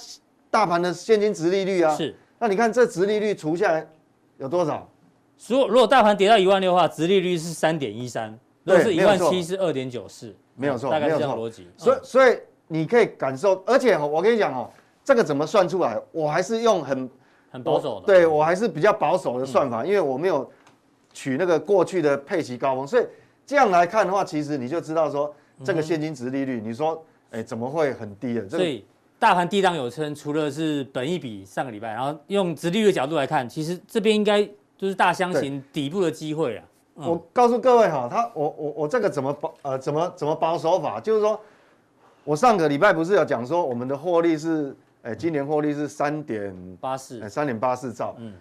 S3: 大盘的现金值利率啊。
S1: 是。
S3: 那你看这值利率除下来有多少？
S1: 如果如果大盘跌到一万六的话，殖利率是三点一三，如果
S3: 对
S1: 是一
S3: 没有
S1: 万
S3: 错
S1: 七是二点九四，嗯
S3: 没有错
S1: 大概是
S3: 没有
S1: 这样
S3: 错
S1: 逻辑。
S3: 所以
S1: 嗯
S3: 所以你可以感受，而且、哦、我跟你讲哦，这个怎么算出来？我还是用很
S1: 很保守的，嗯
S3: 对我还是比较保守的算法，因为我没有取那个过去的配齐高峰，所以这样来看的话，其实你就知道
S1: 嗯
S3: 说这个现金值利率，你说哎怎么会很低的？这
S1: 所
S3: 个
S1: 以大盘低档有撑，除了是本一比上个礼拜，然后用殖利率的角度来看，其实这边应该就是大箱型底部的机会啊。嗯
S3: 我告诉各位哈，他我我我这个怎么保呃怎么怎么保守法，就是说我上个礼拜不是有讲说我们的获利是哎今年获利是三点哎
S1: 八四
S3: 三点八四兆，
S1: 嗯
S3: 嗯，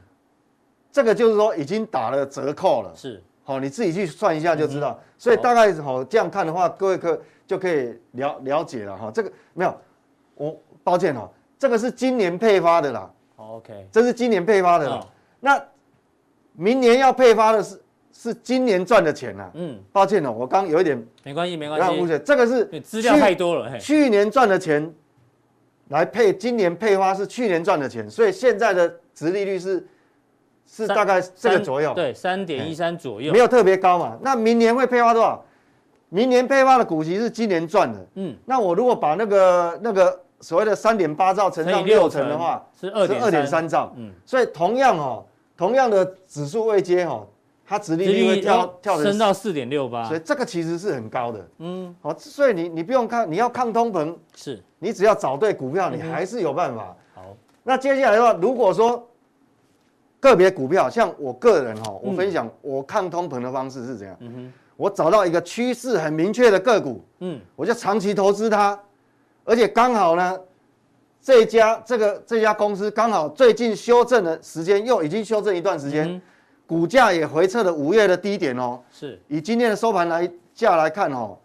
S3: 这个就是说已经打了折扣了。
S1: 是
S3: 好、你自己去算一下就
S1: 嗯
S3: 知道。所以大概好、这样看的话，各位可就可以了了解了哈、这个没有，我抱歉哈、这个是今年配发的啦，
S1: 好 OK，
S3: 这是今年配发的啦。那明年要配发的是是今年赚的钱啦。
S1: 嗯，
S3: 抱歉哦，我刚有一点
S1: 没关系没关
S3: 让误
S1: 系，
S3: 解，这个
S1: 因为
S3: 是
S1: 资料
S3: 去
S1: 太多了，嘿，
S3: 去年赚的钱来配，今年配发是去年赚的钱，所以现在的殖利率是是
S1: 三
S3: 大概这个
S1: 三
S3: 左右。
S1: 对，三点一三左右
S3: 没，有特别高嘛。那明年会配发多少？明年配发的股息是今年赚的。
S1: 嗯，
S3: 那我如果把那个那个所谓的三点八兆乘上六成的话，
S1: 是二
S3: 是
S1: 点
S3: 二点，三兆。
S1: 嗯，
S3: 所以同样哦，同样的指数位阶哦，它殖利
S1: 殖利
S3: 率
S1: 率
S3: 会跳
S1: 要
S3: 跳的
S1: 升，到四点六八
S3: 所以，这个其实是很高的。
S1: 嗯，
S3: 好，所以你你不用看，你要抗通膨，
S1: 是
S3: 你只要找对股票，你还是有办法。
S1: 好，
S3: 那接下来的话，如果说个别股票，像我个人哈、哦，我分享我抗通膨的方式是怎样？
S1: 嗯
S3: 我找到一个趋势很明确的个股，
S1: 哼，嗯，
S3: 我就长期投资它，而且刚好呢，这家这个这家公司刚好最近修正的时间又已经修正一段时间，
S1: 嗯
S3: 股价也回撤了五月的低点哦。
S1: 是，
S3: 以今天的收盘来价来看哦，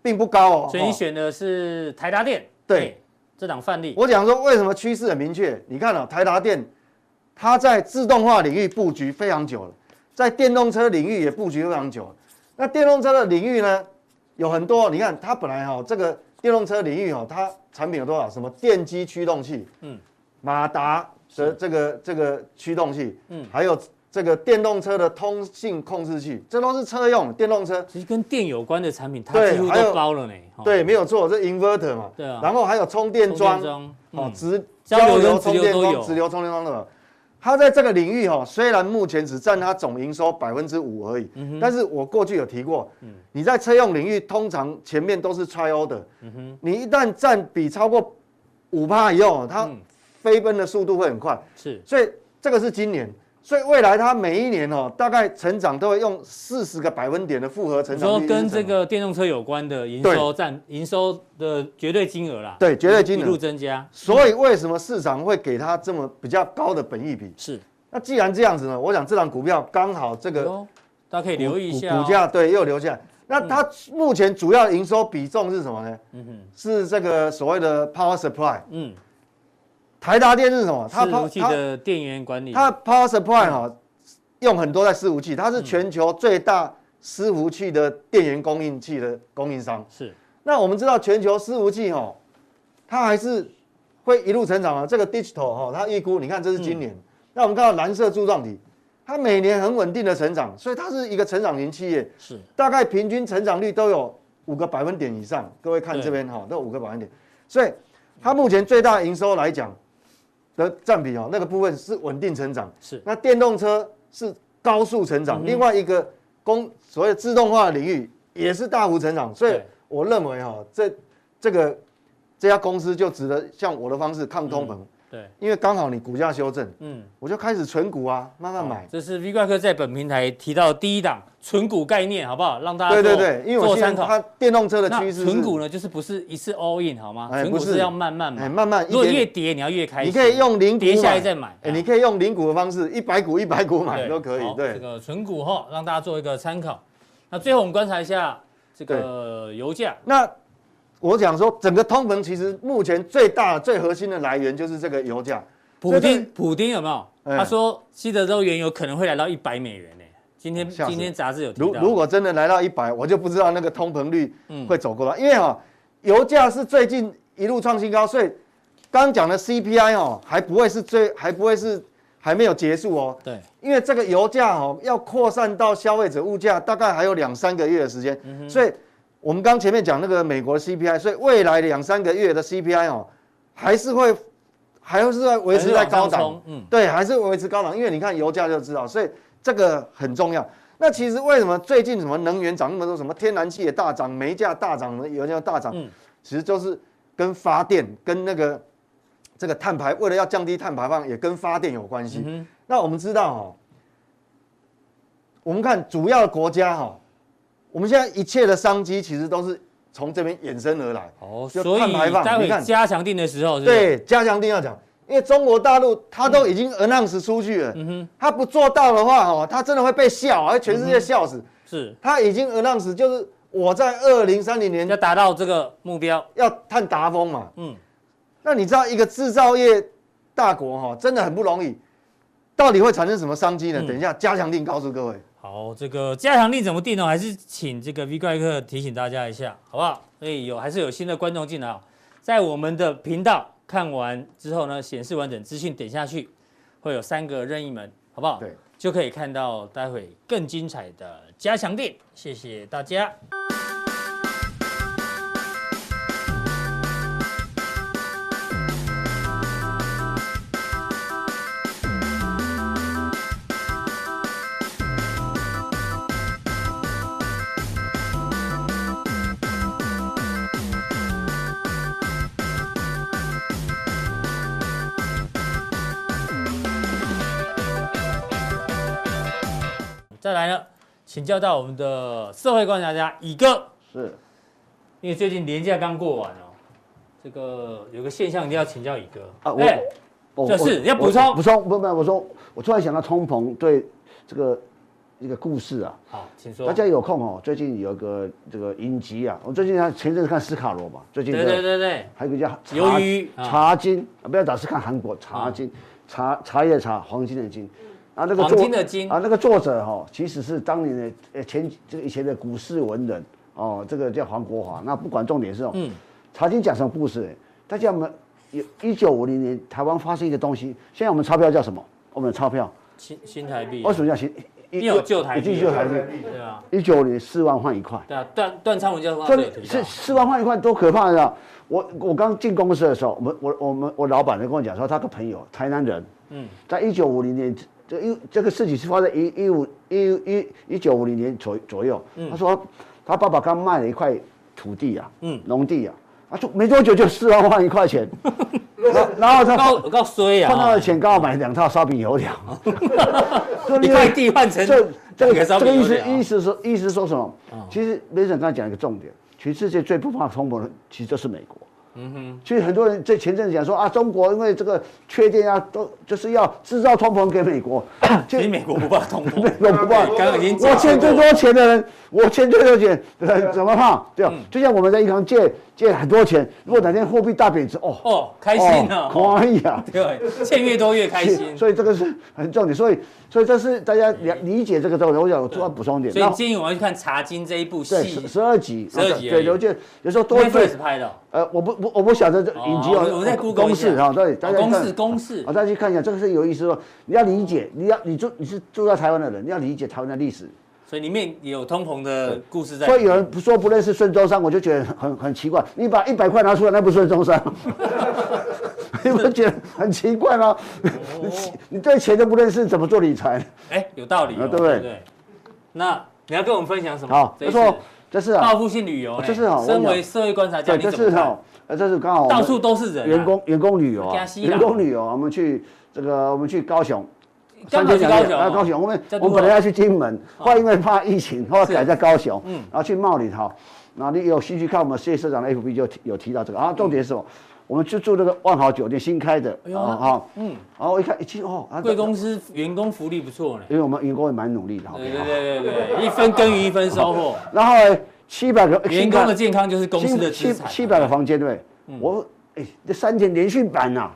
S3: 并不高哦。
S1: 所以你
S3: 哦
S1: 选的是台达电，
S3: 对
S1: 嘿，这档范例，
S3: 我讲说为什么趋势很明确？你看哦，台达电，它在自动化领域布局非常久了，在电动车领域也布局非常久了。那电动车的领域呢，有很多，你看它本来哈、哦、这个电动车领域哦，它产品有多少？什么电机驱动器，
S1: 嗯
S3: 嗯，马达的这个这个驱动器，
S1: 嗯
S3: 嗯，还有这个电动车的通信控制器，这都是车用电动车。
S1: 其实跟电有关的产品，它
S3: 对
S1: 几乎
S3: 还
S1: 都
S3: 有
S1: 包了呢，哦
S3: 对，没有错，这 inverter 嘛，
S1: 对啊
S3: 然后还有充电桩，哦，
S1: 嗯，
S3: 直
S1: 交流跟直
S3: 充
S1: 流
S3: 电
S1: 都
S3: 桩、
S1: 有
S3: 直流充电桩的。它在这个领域哦，虽然目前只占它总营收百分之五而已，
S1: 嗯
S3: 但是我过去有提过，你在车用领域通常前面都是 trial 的，
S1: 嗯
S3: 你一旦占比超过五帕以后，它
S1: 嗯
S3: 飞奔的速度会很快，
S1: 是
S3: 所以这个是今年，所以未来它每一年哦，大概成长都会用四十个百分点的复合成
S1: 你
S3: 长
S1: 说
S3: 率是什么，
S1: 跟这个电动车有关的营
S3: 对
S1: 收占营收的绝对金额啦，
S3: 对绝对金
S1: 一
S3: 额
S1: 路增加，
S3: 所以为什么市场会给它这么比较高的本益比？
S1: 是，
S3: 那既然这样子呢，我想这档股票刚好这个
S1: 哟哦大家可以
S3: 股
S1: 留意一下哦
S3: 股股价对又留下来。那它目前主要营收比重是什么呢？
S1: 嗯哼，
S3: 是这个所谓的 power supply。
S1: 嗯，
S3: 台达电是什么？它
S1: 伺服
S3: power
S1: 器
S3: 它
S1: 的嗯电源管理，
S3: 它 power supply 哈、用很多在伺服器，它
S1: 嗯
S3: 是全球最大伺服器的电源供应器的供应商。
S1: 是
S3: 那我们知道全球伺服器哈、它还是会一路成长啊。这个 digital 哈、它预估你看这是今年，那我们看到蓝色柱状体，它每年很稳定的成长，所以它是一个成长型企业，
S1: 是，
S3: 大概平均成长率都有五个百分点以上。各位看
S1: 对
S3: 这边哈、那五个百分点，所以它目前最大营收来讲的占比哦，那个部分是稳定成长。
S1: 是嗯
S3: 那电动车是高速成长，另外一个工所谓的自动化的领域也是大幅成长，所以
S1: 对
S3: 我认为哈、这这个这家公司就值得像我的方式抗通膨，
S1: 对，
S3: 因为刚好你股价修正，
S1: 嗯，
S3: 我就开始存股啊，慢慢买。
S1: 这是 V 怪客在本平台提到的第一档纯股概念，好不好？让大家
S3: 对对
S1: 做
S3: 对，因为我
S1: 做
S3: 现
S1: 参
S3: 在
S1: 考。
S3: 它电动车的
S1: 那
S3: 趋势是
S1: 纯股呢，就是不是一次 all in 好吗？
S3: 哎
S1: 纯股
S3: 不是
S1: 是要慢慢买
S3: 哎，，慢慢一
S1: 如果
S3: 点
S1: 越
S3: 点，
S1: 跌你要越开
S3: 你
S1: 心，
S3: 可以用零股
S1: 跌下来
S3: 买，
S1: 再买，
S3: 哎，你可以用零股的方式，一百股一百股买
S1: 对
S3: 都可以
S1: 好，这
S3: 对，
S1: 个纯股哈，让大家做一个参考。那最后我们观察一下这个油价，
S3: 那我讲说，整个通膨其实目前最大、最核心的来源就是这个油价。
S1: 普
S3: 这个
S1: 丁普丁有没有？
S3: 哎
S1: 他说西德州原油可能会来到一百美元呢。今天
S3: 吓死我
S1: 今天杂志有提
S3: 如
S1: 到，
S3: 如果真的来到一百，我就不知道那个通膨率
S1: 嗯
S3: 会走过来，因为哈、油价是最近一路创新高，所以刚讲的 CPI 哦，还不会是最，还不会是还没有结束哦，
S1: 对
S3: 因为这个油价哦要扩散到消费者物价，大概还有两三个月的时间，
S1: 嗯
S3: 所以我们刚前面讲那个美国的 CPI，所以未来两三个月的 CPI 哦，还是会还是在维持在高
S1: 还是往上
S3: 档
S1: 冲，嗯
S3: 对，还是维持高档，因为你看油价就知道，所以这个很重要。那其实为什么最近什么能源涨那么多，什么天然气也大涨，煤价大涨，油价大涨，
S1: 嗯
S3: 其实就是跟发电跟那个这个碳排，为了要降低碳排放，也跟发电有关系。
S1: 嗯
S3: 那我们知道哦，我们看主要的国家哈、哦，我们现在一切的商机其实都是从这边衍生而来。
S1: 哼，哦，
S3: 就
S1: 所
S3: 碳
S1: 以
S3: 排放
S1: 待
S3: 你看
S1: 会加强定的时候，是不是，
S3: 对，加强定要讲，因为中国大陆它都已经 announce 出去了，
S1: 嗯
S3: 它不做到的话哦，它真的会被笑，而全世界笑死。
S1: 哼，是
S3: 它已经 announce 就是我在二零三零
S1: 要
S3: 年
S1: 达到这个目标，
S3: 要碳达峰嘛。
S1: 嗯，
S3: 那你知道一个制造业大国哈、哦，真的很不容易，到底会产生什么商机呢？
S1: 嗯
S3: 等一下加强定告诉各位。
S1: 好，这个加强力怎么定呢？还是请这个 V 怪客提醒大家一下，好不好？所以有还是有新的观众进来啊，在我们的频道看完之后呢，显示完整资讯点下去，会有三个任意门，好不好？
S3: 对，
S1: 就可以看到待会更精彩的加强定。谢谢大家。再来呢，请教到我们的社会观察家乙哥，
S2: 是
S1: 因为最近年假刚过完哦，这个有个现象一定要请教乙哥
S2: 啊我
S1: 哎
S2: 哦
S1: 这是
S2: 我
S1: 要补充
S2: 我补充不不，我说我突然想到通膨对这个一个故事啊，
S1: 好，请说。
S2: 大家有空哦，最近有一个这个影集啊，我最近看前阵子看斯卡罗嘛，最近
S1: 对
S2: 这
S1: 对对对，
S2: 还有一个叫
S1: 鱿鱼
S2: 茶
S1: 啊嗯
S2: 茶金，啊不要老是看韩国茶金，茶茶叶茶黄金的金。啊，那个
S1: 黄
S2: 作
S1: 金的金
S2: 啊，那个作者哈、其实是当年的呃前这个以前的股市文人哦，这个叫黄国华。那不管重点是哦，
S1: 嗯
S2: 茶经讲什么故事？大家我们有一九五零年台湾发生一个东西，现在我们钞票叫什么？我们的钞票
S1: 新新台币
S2: 为。什么叫新？
S1: 因为有旧台币
S2: 一旧台币，
S1: 对啊，
S2: 一九年四万换一块，
S1: 对啊，段段昌文教授他
S2: 这
S1: 都有提到
S2: 四，四万换一块多可怕的啊！我我刚进公司的时候，我们我我们我老板就跟我讲说，他个朋友台南人，
S1: 嗯，
S2: 在一九五零年，这一这个事情是发生一一五一一一九五零年左左右。他说他爸爸刚卖了一块土地啊，
S1: 嗯
S2: 嗯，农地啊，他说没多久就四万万一
S1: [laughs]
S2: 块钱，然后然后他
S1: 高高衰啊，
S2: 换到的钱刚好买两套烧饼油
S1: [laughs]
S2: 条，
S1: 一块地换成
S2: 这这个
S1: 烧
S2: 这个
S1: 饼
S2: 意
S1: 油
S2: 思
S1: 条
S2: 意思说意思说什么？
S1: 啊
S2: 其实梅总刚才讲一个重点，全世界最不怕通膨的其实就是美国。嗯哼，所以很多人在前阵子讲说啊，中国因为这个缺电啊，都就是要制造通膨给
S1: [coughs]
S2: 美国，
S1: 其实
S2: 就
S1: 美国不怕通膨，
S2: 美国不怕
S1: 刚刚已经
S2: 我
S1: 讲
S2: 欠最
S1: 过
S2: 多钱的人，我欠最多钱，呃怎么怕？对吧
S1: 嗯？
S2: 就像我们在银行借借很多钱，如果哪天货币大贬值，哦，
S1: 哦，开心啊，
S2: 可以啊，
S1: 对，欠越多越开心，所
S2: 所以这个是很重点，所所以所以这是大家了理解这个之后，我想我突然补充一点，
S1: 以建议我们去看《茶经》这一部
S2: 对
S1: 戏
S2: 十十二集，
S1: 12集而
S2: 对，
S1: 已
S2: 有就有时候多对
S1: ，Netflix 拍的哦，
S2: 呃，我不不我不晓得这
S1: 哦
S2: 影集
S1: 我们我们在 Google
S2: 公
S1: 一
S2: 式
S1: 下哦
S2: 哈，对，大家
S1: 公
S2: 看
S1: 式公式
S2: 啊，大家去看一下，这个是有意思哦，你要理解，你要你住你是住在台湾的人，你要理解台湾的历史，
S1: 所以里面也有通膨的故事在里
S2: 所
S1: 面，
S2: 以有人不说不认识孙中山，我就觉得很很奇怪。你把一百块拿出来，那不是孙中
S1: [laughs]
S2: 山，你不觉得很奇怪吗？你
S1: 哦
S2: [laughs] 你对钱都不认识，怎么做理财？
S1: 哎，有道理哦，
S2: 啊对不对
S1: 对？那你要跟我们分享什么？
S2: 好，
S1: 这
S2: 哦就
S1: 一次
S2: 说这是啊
S1: 报，复性旅游呢，哎
S2: 这是啊我跟
S1: 身
S2: 你讲
S1: 为社会观察家，
S2: 对，
S1: 你
S2: 这
S1: 怎
S2: 是
S1: 么
S2: 哈
S1: 看？，
S2: 呃，这是刚好我们
S1: 到处都是人啊，
S2: 员工员工旅游
S1: 怕
S2: 啊，
S1: 死啦
S2: 员工旅游啊，我们去这个我们去高雄，
S1: 刚好去高雄
S2: 啊
S1: 哦，
S2: 高雄，我们
S1: 在
S2: 我
S1: 都
S2: 们
S1: 会
S2: 本来要去金门，后来因为怕疫情，后来改在高雄，
S1: 啊嗯
S2: 然后去茂林哈，然后你有兴趣看我们谢社长的 FB 就提有提到这个啊，重点是什么？我们就住那个万豪酒店新开的
S1: 哎呦
S2: 啊
S1: 那
S2: 啊，
S1: 嗯，
S2: 然后我一看，一进哦，啊
S1: 贵公司员工福利不错呢。
S2: 因为我们员工也蛮努力的，好不
S1: 对
S2: 好
S1: 对对对对，一分耕耘一分收获，
S2: 然后呢，七百个
S1: 员
S2: 新
S1: 工
S2: 开
S1: 的健康就是公司的
S2: 七
S1: 资产。啊嗯
S2: 七百个房间对，我哎这三天连续版呐，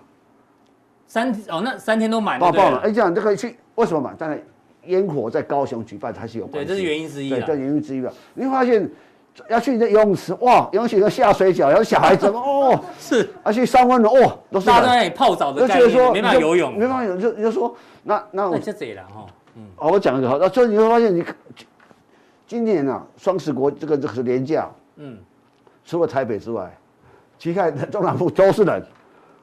S1: 三哦，那三天都满
S2: 爆
S1: 就对
S2: 爆了！哎，这样这个去为什么嘛？当然，烟火在高雄举办它是有关
S1: 对，
S2: 系，
S1: 这是原因之一
S2: 哎
S1: 啊
S2: 对，
S1: 啦
S2: 这。原因之一啊吧。你会发现要去这游泳池哇，游泳池要下水饺，然后小孩子哦，
S1: [laughs] 是，
S2: 要去三温暖哦，都是
S1: 大家都在
S2: 人
S1: 那里泡澡的
S2: 就
S1: 概
S2: 觉得说
S1: 念，没办法游泳，
S2: 没办法游泳就就说那那
S1: 那
S2: 我
S1: 就贼了哈。嗯，
S2: 哦，我讲一个好，那所以你会发现你今年啊，双十国这个这个廉价，
S1: 嗯，
S2: 除了台北之外，其他的中南部都是人。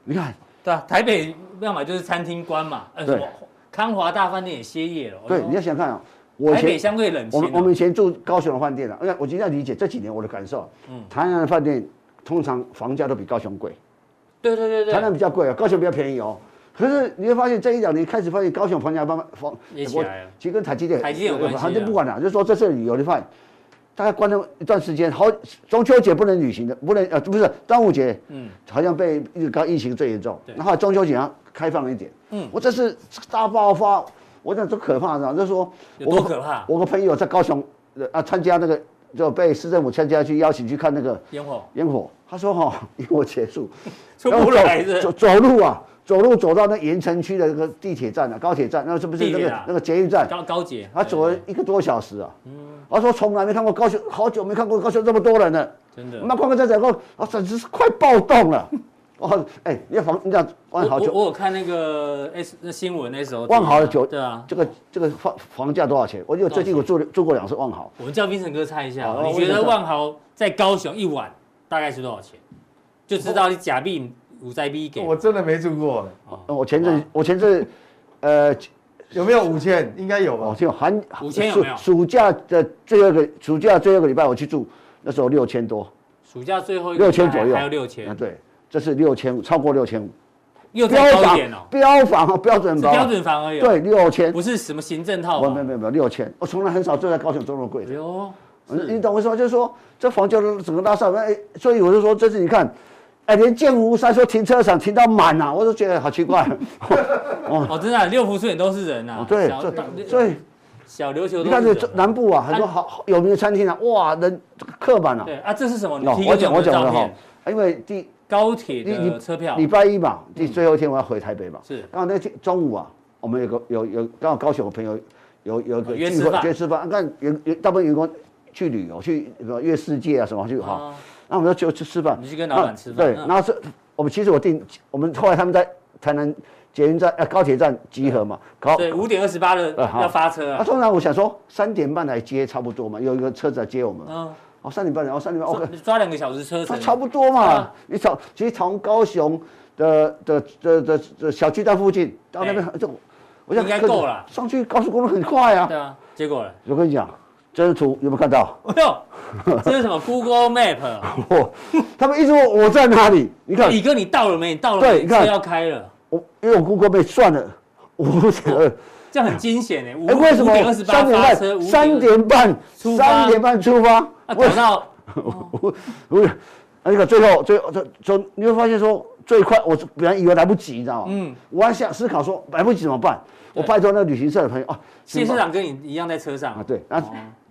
S2: 你看，
S1: 对啊，台北要么就是餐厅关嘛，呃，
S2: 对
S1: 什么康华大饭店也歇业了。
S2: 对，
S1: 哦
S2: 你要想看啊，我以
S1: 台北
S2: 前
S1: 相对冷
S2: 我
S1: 清啊，
S2: 们我们以前住高雄的饭店啊，因为我今天要理解这几年我的感受，啊
S1: 嗯
S2: 台南的饭店通常房价都比高雄贵。
S1: 对对对
S2: 台南
S1: 对，
S2: 比较贵啊，高雄比较便宜哦。可是你会发现这一两年开始发现高雄房价慢慢房
S1: 也起来了，
S2: 其实跟台积电
S1: 台积电有关系啊
S2: 反正不管了，就是说这次旅游你发现，大概关了一段时间，好中秋节不能旅行的，不能呃不是端午节
S1: 嗯，
S2: 好像被一个高疫情最严重，
S1: 对
S2: 然后中秋节好像开放了一点，
S1: 嗯
S2: 我这次大爆发，我讲多可怕的，就是说
S1: 有
S2: 我
S1: 多可怕？
S2: 我个朋友在高雄呃啊参加那个就被市政府参加去邀请去看那个
S1: 烟火
S2: 烟火，他说哈、 [laughs] 烟火结束。
S1: [laughs] 出
S2: 然后
S1: 不来是
S2: 走
S1: 不是，
S2: 走走路啊，走路走到那盐城区的那个地铁站啊，高铁站，那是不是那
S1: 地铁
S2: 个、
S1: 啊
S2: 那个捷运站？
S1: 高高姐，
S2: 他走了
S1: 对
S2: 一个多小时啊，他说从来没看过高雄，好久没看过高雄这么多人了。
S1: 真
S2: 我
S1: 的。
S2: 们光看这整个，啊，简直是快暴动了。 [laughs] 哦，哎，你看房，你看
S1: 我
S2: 万豪
S1: 我
S2: 酒，
S1: 我有看那个 S 那新闻那时候，
S2: 万豪的酒
S1: 对啊，
S2: 这个这个房房价多少钱？我有最近我住了住过两次万豪，
S1: 我们叫冰城哥猜一下
S2: 好，
S1: 你
S2: 哦我
S1: 觉
S2: 想
S1: 得
S2: 想
S1: 万豪在高雄一晚大概是多少钱？就知道你假币五在币给
S3: 我真的没住过，
S1: 哦
S2: 呃我前
S1: 啊
S2: 阵我前阵，呃，
S3: 有没有五千？应该有
S2: 我
S3: 吧？
S2: 听寒
S1: 五千有
S2: 暑
S1: 没有
S2: 暑假的最后一个暑假最后一个礼拜我去住，那时候六千多。
S1: 暑假最后一个
S2: 六千
S1: 礼拜
S2: 左右，
S1: 还有六
S2: 啊，
S1: 千，
S2: 对，这是六千五，超过六千五，
S1: 又再
S2: 标
S1: 高一
S2: 房
S1: 点哦，
S2: 标房啊，标准
S1: 是
S2: 房啊，
S1: 标准房而已哦，
S2: 对，六千，
S1: 不是啊什么行政套
S2: 我没
S1: 房
S2: 有。没有没有六千，我从来很少住在高雄中路贵
S1: 哎
S2: 的，
S1: 呦，
S2: 你你懂我意思吗？就是说这房价都整个拉上来，哎，所以我就说这次你看。哎，连建湖山说停车场停到满啊，我都觉得好奇怪。
S1: [laughs] 哦，真的啊六福村也都是人 [laughs] 啊，
S2: 哦对，
S1: 小
S2: 这所以
S1: 小琉球
S2: 你
S1: 都
S2: 看
S1: 是
S2: 这
S1: 人啊
S2: 南部啊，很多好好有名的餐厅啊，哇，人客满啊。
S1: 对啊，这是什么？你
S2: 哦
S1: 提
S2: 我
S1: 供给
S2: 讲我
S1: 们的
S2: 讲
S1: 照
S2: 的哈
S1: 片，，啊
S2: 因为第
S1: 高铁
S2: 你
S1: 的
S2: 你
S1: 车票
S2: 礼拜一嘛，第
S1: 嗯
S2: 最后一天我要回台北嘛。
S1: 是
S2: 刚好那天中午啊，我们有个有有刚好高雄的朋友有有个
S1: 哦约
S2: 聚
S1: 吃
S2: 会
S1: 饭
S2: 约吃饭，看员员大部分员工去旅游去什么月世界啊什么去哈，
S1: 啊，
S2: 那我们就去吃饭。
S1: 你去跟老板吃饭
S2: 对，
S1: 嗯
S2: 然后是我们其实我订，我们后来他们在台南捷运站呃高铁站集合嘛，高
S1: 嗯啊对，五点二十八的
S2: 呃好
S1: 要发车
S2: 啊，
S1: 啊，
S2: 通常我想说三点半来接差不多嘛，有一个车子来接我们，
S1: 嗯，
S2: 哦三点半，然后三点半 OK，
S1: 抓抓两个小时车
S2: 它
S1: 程，
S2: 差不多
S1: 对
S2: 嘛
S1: 啊。
S2: 你从其实从高雄的的的的的小巨蛋附近到那边就，我想
S1: 哎应该
S2: 跟
S1: 够了
S2: 上去高速公路很快啊
S1: 对。啊，结果了。
S2: 我跟你讲，这张图有没有看到？
S1: 哎呦，这是什么 Google
S2: [laughs]
S1: Map？啊
S2: 我他们一直问我在哪里。你看
S1: 李哥，你到了没？你到了
S2: 对
S1: 没？
S2: 你看
S1: 车要开了，
S2: 我，因为我 Google 被算了五点二，
S1: 这样很惊险哎！五
S2: 哎，为什么
S1: 五点二十八
S2: 三点
S1: 发车，
S2: 半？三
S1: 5
S2: 点半，
S1: 出发
S2: 三点半出发。
S1: 啊，
S2: 为
S1: 搞到
S2: 我我那个最后最后最最你会发现说最快，我本来以为来不及，你知道吗？
S1: 嗯
S2: 嗯，我还想思考说来不及怎么办。我
S1: 对
S2: 拜托那旅行社的朋友啊，
S1: 谢
S2: 怎
S1: 市
S2: 么办
S1: 长跟你一样在车上
S2: 啊，，对，那
S1: 哦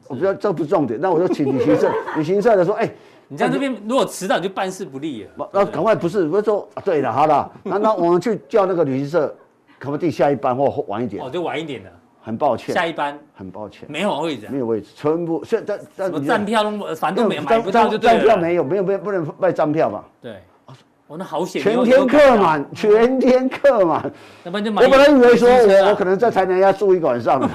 S2: 我不知道这不是重点，那我就请旅行社旅行社的说，哎，
S1: 你在这边如果迟到，你就办事不利了。
S2: 那赶快不是不是说啊对了，好了，那那我们去叫那个旅行社，可不可以订下一班或或晚一点
S1: 哦，？就晚一点了，
S2: 很抱
S1: 下
S2: 歉，
S1: 一班
S2: 很抱歉，
S1: 没有位置啊
S2: 没，有位置，全部现在
S1: 什
S2: 但
S1: 么站票都呃反正没买
S2: 站
S1: 不到就对
S2: 站
S1: 了。
S2: 票没有没有没有不能卖站票嘛。
S1: 对，哦，那好险，
S2: 全
S1: 没有啊
S2: 天客，满，全天客满。
S1: 要不然就买
S2: 我
S1: 一个
S2: 本来以为说
S1: 旅行车啊
S2: 我我可能在台南要住一个晚
S1: [laughs]
S2: 上的，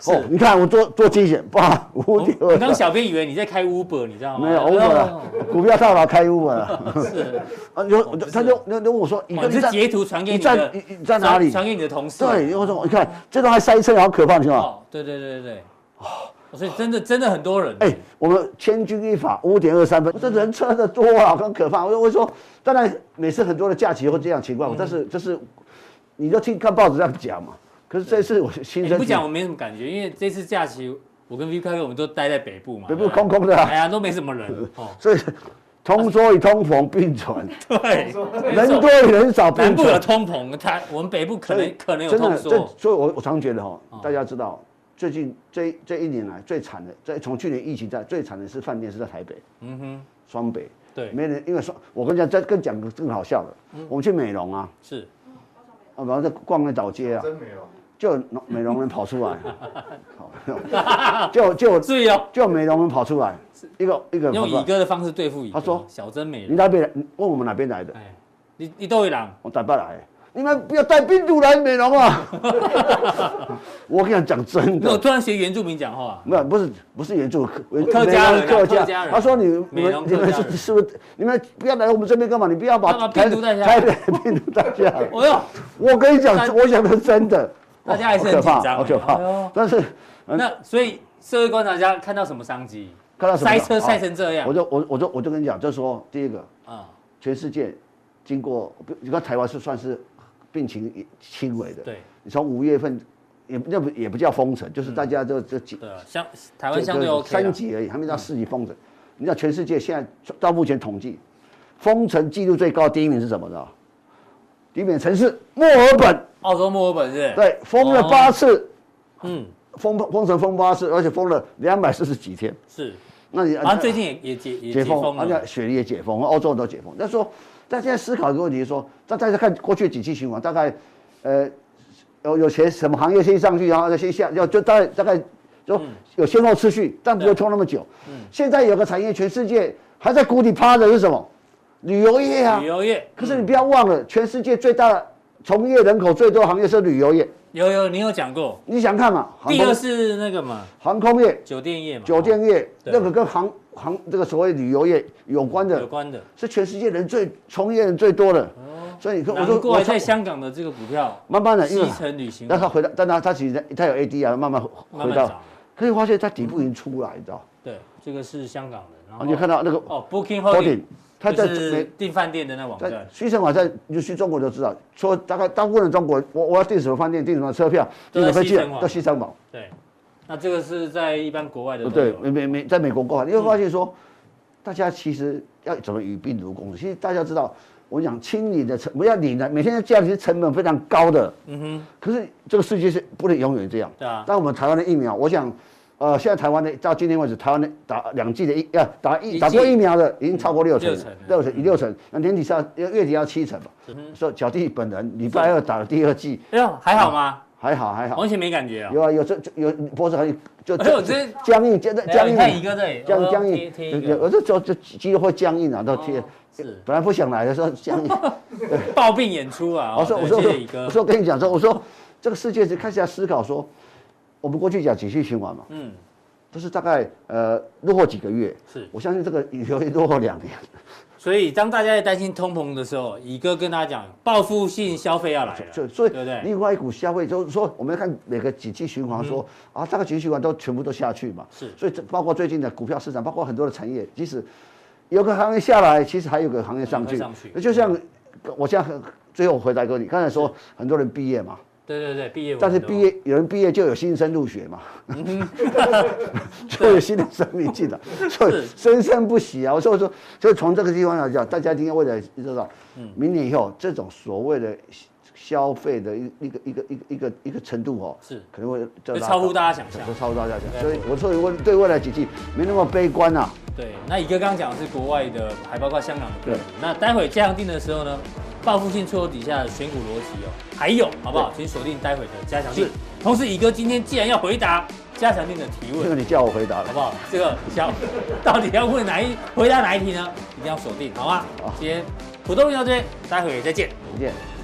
S1: 是
S2: 哦，你看我多多惊险，哇，五
S1: 我
S2: 点
S1: 我
S2: 二
S1: 刚
S2: 三，
S1: 小编以为你在开 Uber，你知道吗？
S2: 没有啊
S1: 哦
S2: over 了，股票套牢开 over
S1: [laughs]
S2: 了，
S1: 是，
S2: 啊，有
S1: 哦不是
S2: 他就那 [laughs] 那问我说，你
S1: 我
S2: 你
S1: 是
S2: 在
S1: 截图传给
S2: 你
S1: 你的
S2: 在，你你在哪里
S1: 传？传给你的同事。哦
S2: 对，我说你看这都还塞车，好可怕，你知道吗？
S1: 哦，对对对对对，所以真的真的很多人，
S2: 哎、我们千钧一发，五点二三分，这人车的多啊，很可怕。我说我说，当然每次很多的假期会这样情
S1: 嗯
S2: 况，但是这是你就听看报纸这样讲嘛。可是这次我
S1: 哎
S2: 亲
S1: 你
S2: 身
S1: 不讲我
S2: 体
S1: 没什么感觉，因为这次假期我跟 V 开哥我们都待在北部嘛，
S2: 北部
S1: 对不对
S2: 空空的啊，
S1: 哎呀都没什么人哦
S2: 所以同桌与同房并存，
S1: 对，
S2: 人多与人少并
S1: 南部有
S2: 存。
S1: 通膨，台我们北部可
S2: 所
S1: 能
S2: 以
S1: 可能有
S2: 真
S1: 通
S2: 的，这
S1: 缩，哦
S2: 所以我我常觉得哈，大家知道，最近这一这一年来最惨的，这从去年疫情在最惨的是饭店是在台北，
S1: 嗯哼，
S2: 双北。
S1: 对，嗯
S2: 没人，因为说，我跟你讲，这更讲个更好笑的。我们去美容啊，
S1: 是
S2: 啊，然后在逛那老街啊，
S3: 真没有。
S2: 就有美容人跑出
S1: [laughs]
S2: 来，好 [laughs] 就就
S1: 注意哦，
S2: 就美容人跑出来，一个一个跑
S1: 用
S2: 出
S1: 乙
S2: 来，
S1: 哥的方式对付乙哥，
S2: 他说嗯
S1: 小真美
S2: 你
S1: 人，
S2: 哪边来？你问我们哪边来的？
S1: 哎，你你都一郎，
S2: 我台北来的。你们不要带病毒来美容啊！ [laughs] 我跟你讲，讲真
S1: 那我
S2: 的，
S1: 突然学原住民讲话，
S2: 没有，不是不是原住客
S1: 客家人啊
S2: 美容客
S1: 客家人
S2: 他说你你
S1: 美
S2: 们
S1: 容
S2: 你
S1: 客
S2: 们
S1: 家人
S2: 是是不是你们不要来我们这边干嘛？你不要把
S1: 干嘛
S2: 台
S1: 病毒带下来
S2: 台北的病毒带下来。
S1: 哦哟，
S2: 我跟你讲
S1: 大，
S2: 我讲的是真的，
S1: 大家还是
S2: 哦好可
S1: 很紧
S2: 怕，
S1: 张
S2: 好可
S1: 哎呦
S2: 怕。但是嗯
S1: 那所以社会观察家看到什么商机？
S2: 看到什么
S1: 塞车
S2: 了
S1: 塞成这样
S2: 我就我我就我就跟你讲，就是说第一个，
S1: 啊，
S2: 全世界经过，不你看台湾是算是病情也轻微的，
S1: 对嗯
S2: 你从五月份也那不也不叫封城，就是大家就就几
S1: 对啊，相台湾相对
S2: 就
S1: OK 啊
S2: 三
S1: 啦
S2: 级而已，还没到四级封城。你知道全世界现在到目前统计，封城记录最高第一名是什么呢？第一名的城市墨尔本，
S1: 澳洲墨尔本是不是？
S2: 对，封了八
S1: 哦，
S2: 次，
S1: 嗯，
S2: 封封城封八次，而且封了两百四十几天。
S1: 是，
S2: 那你
S1: 好像啊最近也也解也解
S2: 解
S1: 封
S2: 封，而
S1: 了
S2: 且，雪梨也解封，欧洲都解封。那说，但现在思考一个问题说，大大家看过去几期循环，大概，呃，有有钱什么行业先上去，然后再先下，要就大概大概就
S1: 嗯
S2: 有先后次序，但不会拖那么久。现在有个产业，全世界还在谷底趴着是什么？旅游业啊
S1: 旅。游嗯业
S2: 可是你不要忘了，全世界最大的从业人口最多的行业是旅游业。
S1: 有有，你有讲过，
S2: 你想看嘛？航
S1: 第二
S2: 空
S1: 是那个嘛，
S2: 航空业、
S1: 酒店业嘛，
S2: 酒店业，
S1: 对
S2: 那个跟航航这个所谓旅游业有关的
S1: 有，关的，
S2: 是全世界人最从业人最多的，所以你看，
S1: 哦
S2: 我
S1: 难
S2: 说我
S1: 怪
S2: 说
S1: 在香港的这个股票
S2: 慢慢的，因为
S1: 西城旅行
S2: 让他回到，但他他其实他有 AD 啊，慢慢
S1: 慢
S2: 回
S1: 慢
S2: 到
S1: 涨，，
S2: 可以发现它底部已经出来，你知道？
S1: 对，这个是香港的，然
S2: 啊
S1: 后
S2: 你看到那个
S1: 哦，Booking
S2: holding，
S1: Holding，
S2: 它在
S1: 就是哦
S2: 美
S1: 订饭店的那网
S2: 在
S1: 站，
S2: 西城网站，你去中国都知道，说大概大部分的中国，我我要订什么饭店，订什么车票，
S1: 都
S2: 订
S1: 在
S2: 什么飞
S1: 西
S2: 机
S1: 城网，
S2: 到西城网，
S1: 对，那这个是在一般国外的都
S2: 哦对，
S1: 有
S2: 美美美，在美国购买，你会发现说，大家其实要怎么与病毒共处？其实大家知道，我讲清理的成，我要理的，每天的假期成本非常高的，
S1: 嗯哼，
S2: 可是这个世界是不能永远这样。
S1: 对啊，
S2: 但我们台湾的疫苗，我想，呃，现在台湾的到今天为止，台湾的打两剂的疫，呃，打
S1: 一剂
S2: 疫打过疫苗的已经超过六成
S1: 六成
S2: 了，六成，六成，那年底是要月底要七成吧。所以小弟本人礼拜二打了第二剂，
S1: 哎呦，还好吗？
S2: 还好还嗯好
S1: 完，全没感觉啊。
S2: 有啊有这这有脖子还就
S1: 哎呦
S2: 就
S1: 这
S2: 僵硬，僵
S1: 哎
S2: 僵
S1: 你
S2: 硬
S1: 看一个这里，
S2: 僵
S1: 哦
S2: 僵
S1: 贴
S2: 硬
S1: 贴，
S2: 有
S1: 一
S2: 有
S1: 个，
S2: 有时候就肌肉会僵硬啊，都贴
S1: 哦。
S2: [laughs]
S1: 是
S2: 本来不想来的时候僵硬，
S1: 暴病演出啊！
S2: [laughs] 我说
S1: 哦
S2: 我说
S1: 对谢谢乙哥
S2: 我，说跟你讲说，我说这个世界是开始要思考说，我们过去讲景气循环嘛，
S1: 嗯，
S2: 都是大概呃落后几个月，
S1: 是。
S2: 我相信这个旅游业落后两年。
S1: 所以当大家在担心通膨的时候，乙哥跟大家讲，报复性消费要来了，
S2: 就所以
S1: 对不对？
S2: 另外一股消费就是说，我们要看每个景气循环说，
S1: 嗯
S2: 啊，大概景气循环都全部都下去嘛。
S1: 是
S2: 所以这包括最近的股票市场，包括很多的产业，即使有个行业下来，其实还有个行业上
S1: 还有
S2: 去。
S1: 上去
S2: 就像我现在很最后回答哥，你刚才说很多人毕业嘛，
S1: 对对对，毕嗯业文
S2: 但是
S1: 都
S2: 毕业有人毕业就有新生入学嘛，就有新的生命进来，所以
S1: 是
S2: 生生不息啊！所以说，所以从这个地方来讲，大家今天为了知道，
S1: 嗯
S2: 明年以后这种所谓的消费的一一个一个一个一个一个程度哦，
S1: 是
S2: 可能会再
S1: 就
S2: 拉
S1: 超乎
S2: 高
S1: 大家想象
S2: 就超乎大家想
S1: 对
S2: 象。所以我说我对未来几季没那么悲观呐、啊。
S1: 对。那乙哥刚刚讲的是国外的，还包括香港的个股
S2: 对。
S1: 那待会加强定的时候呢，报复性错底下的选股逻辑哦，还有好不好？请锁定待会的加强定
S2: 是。
S1: 同时，乙哥今天既然要回答加强定的提问
S2: 这个，你叫我回答了
S1: 好。不好？这个小到底要问哪一回答哪一题呢？一定要锁定，好吗？
S2: 好
S1: 今天普通运到这边，待会再见。
S2: 再见。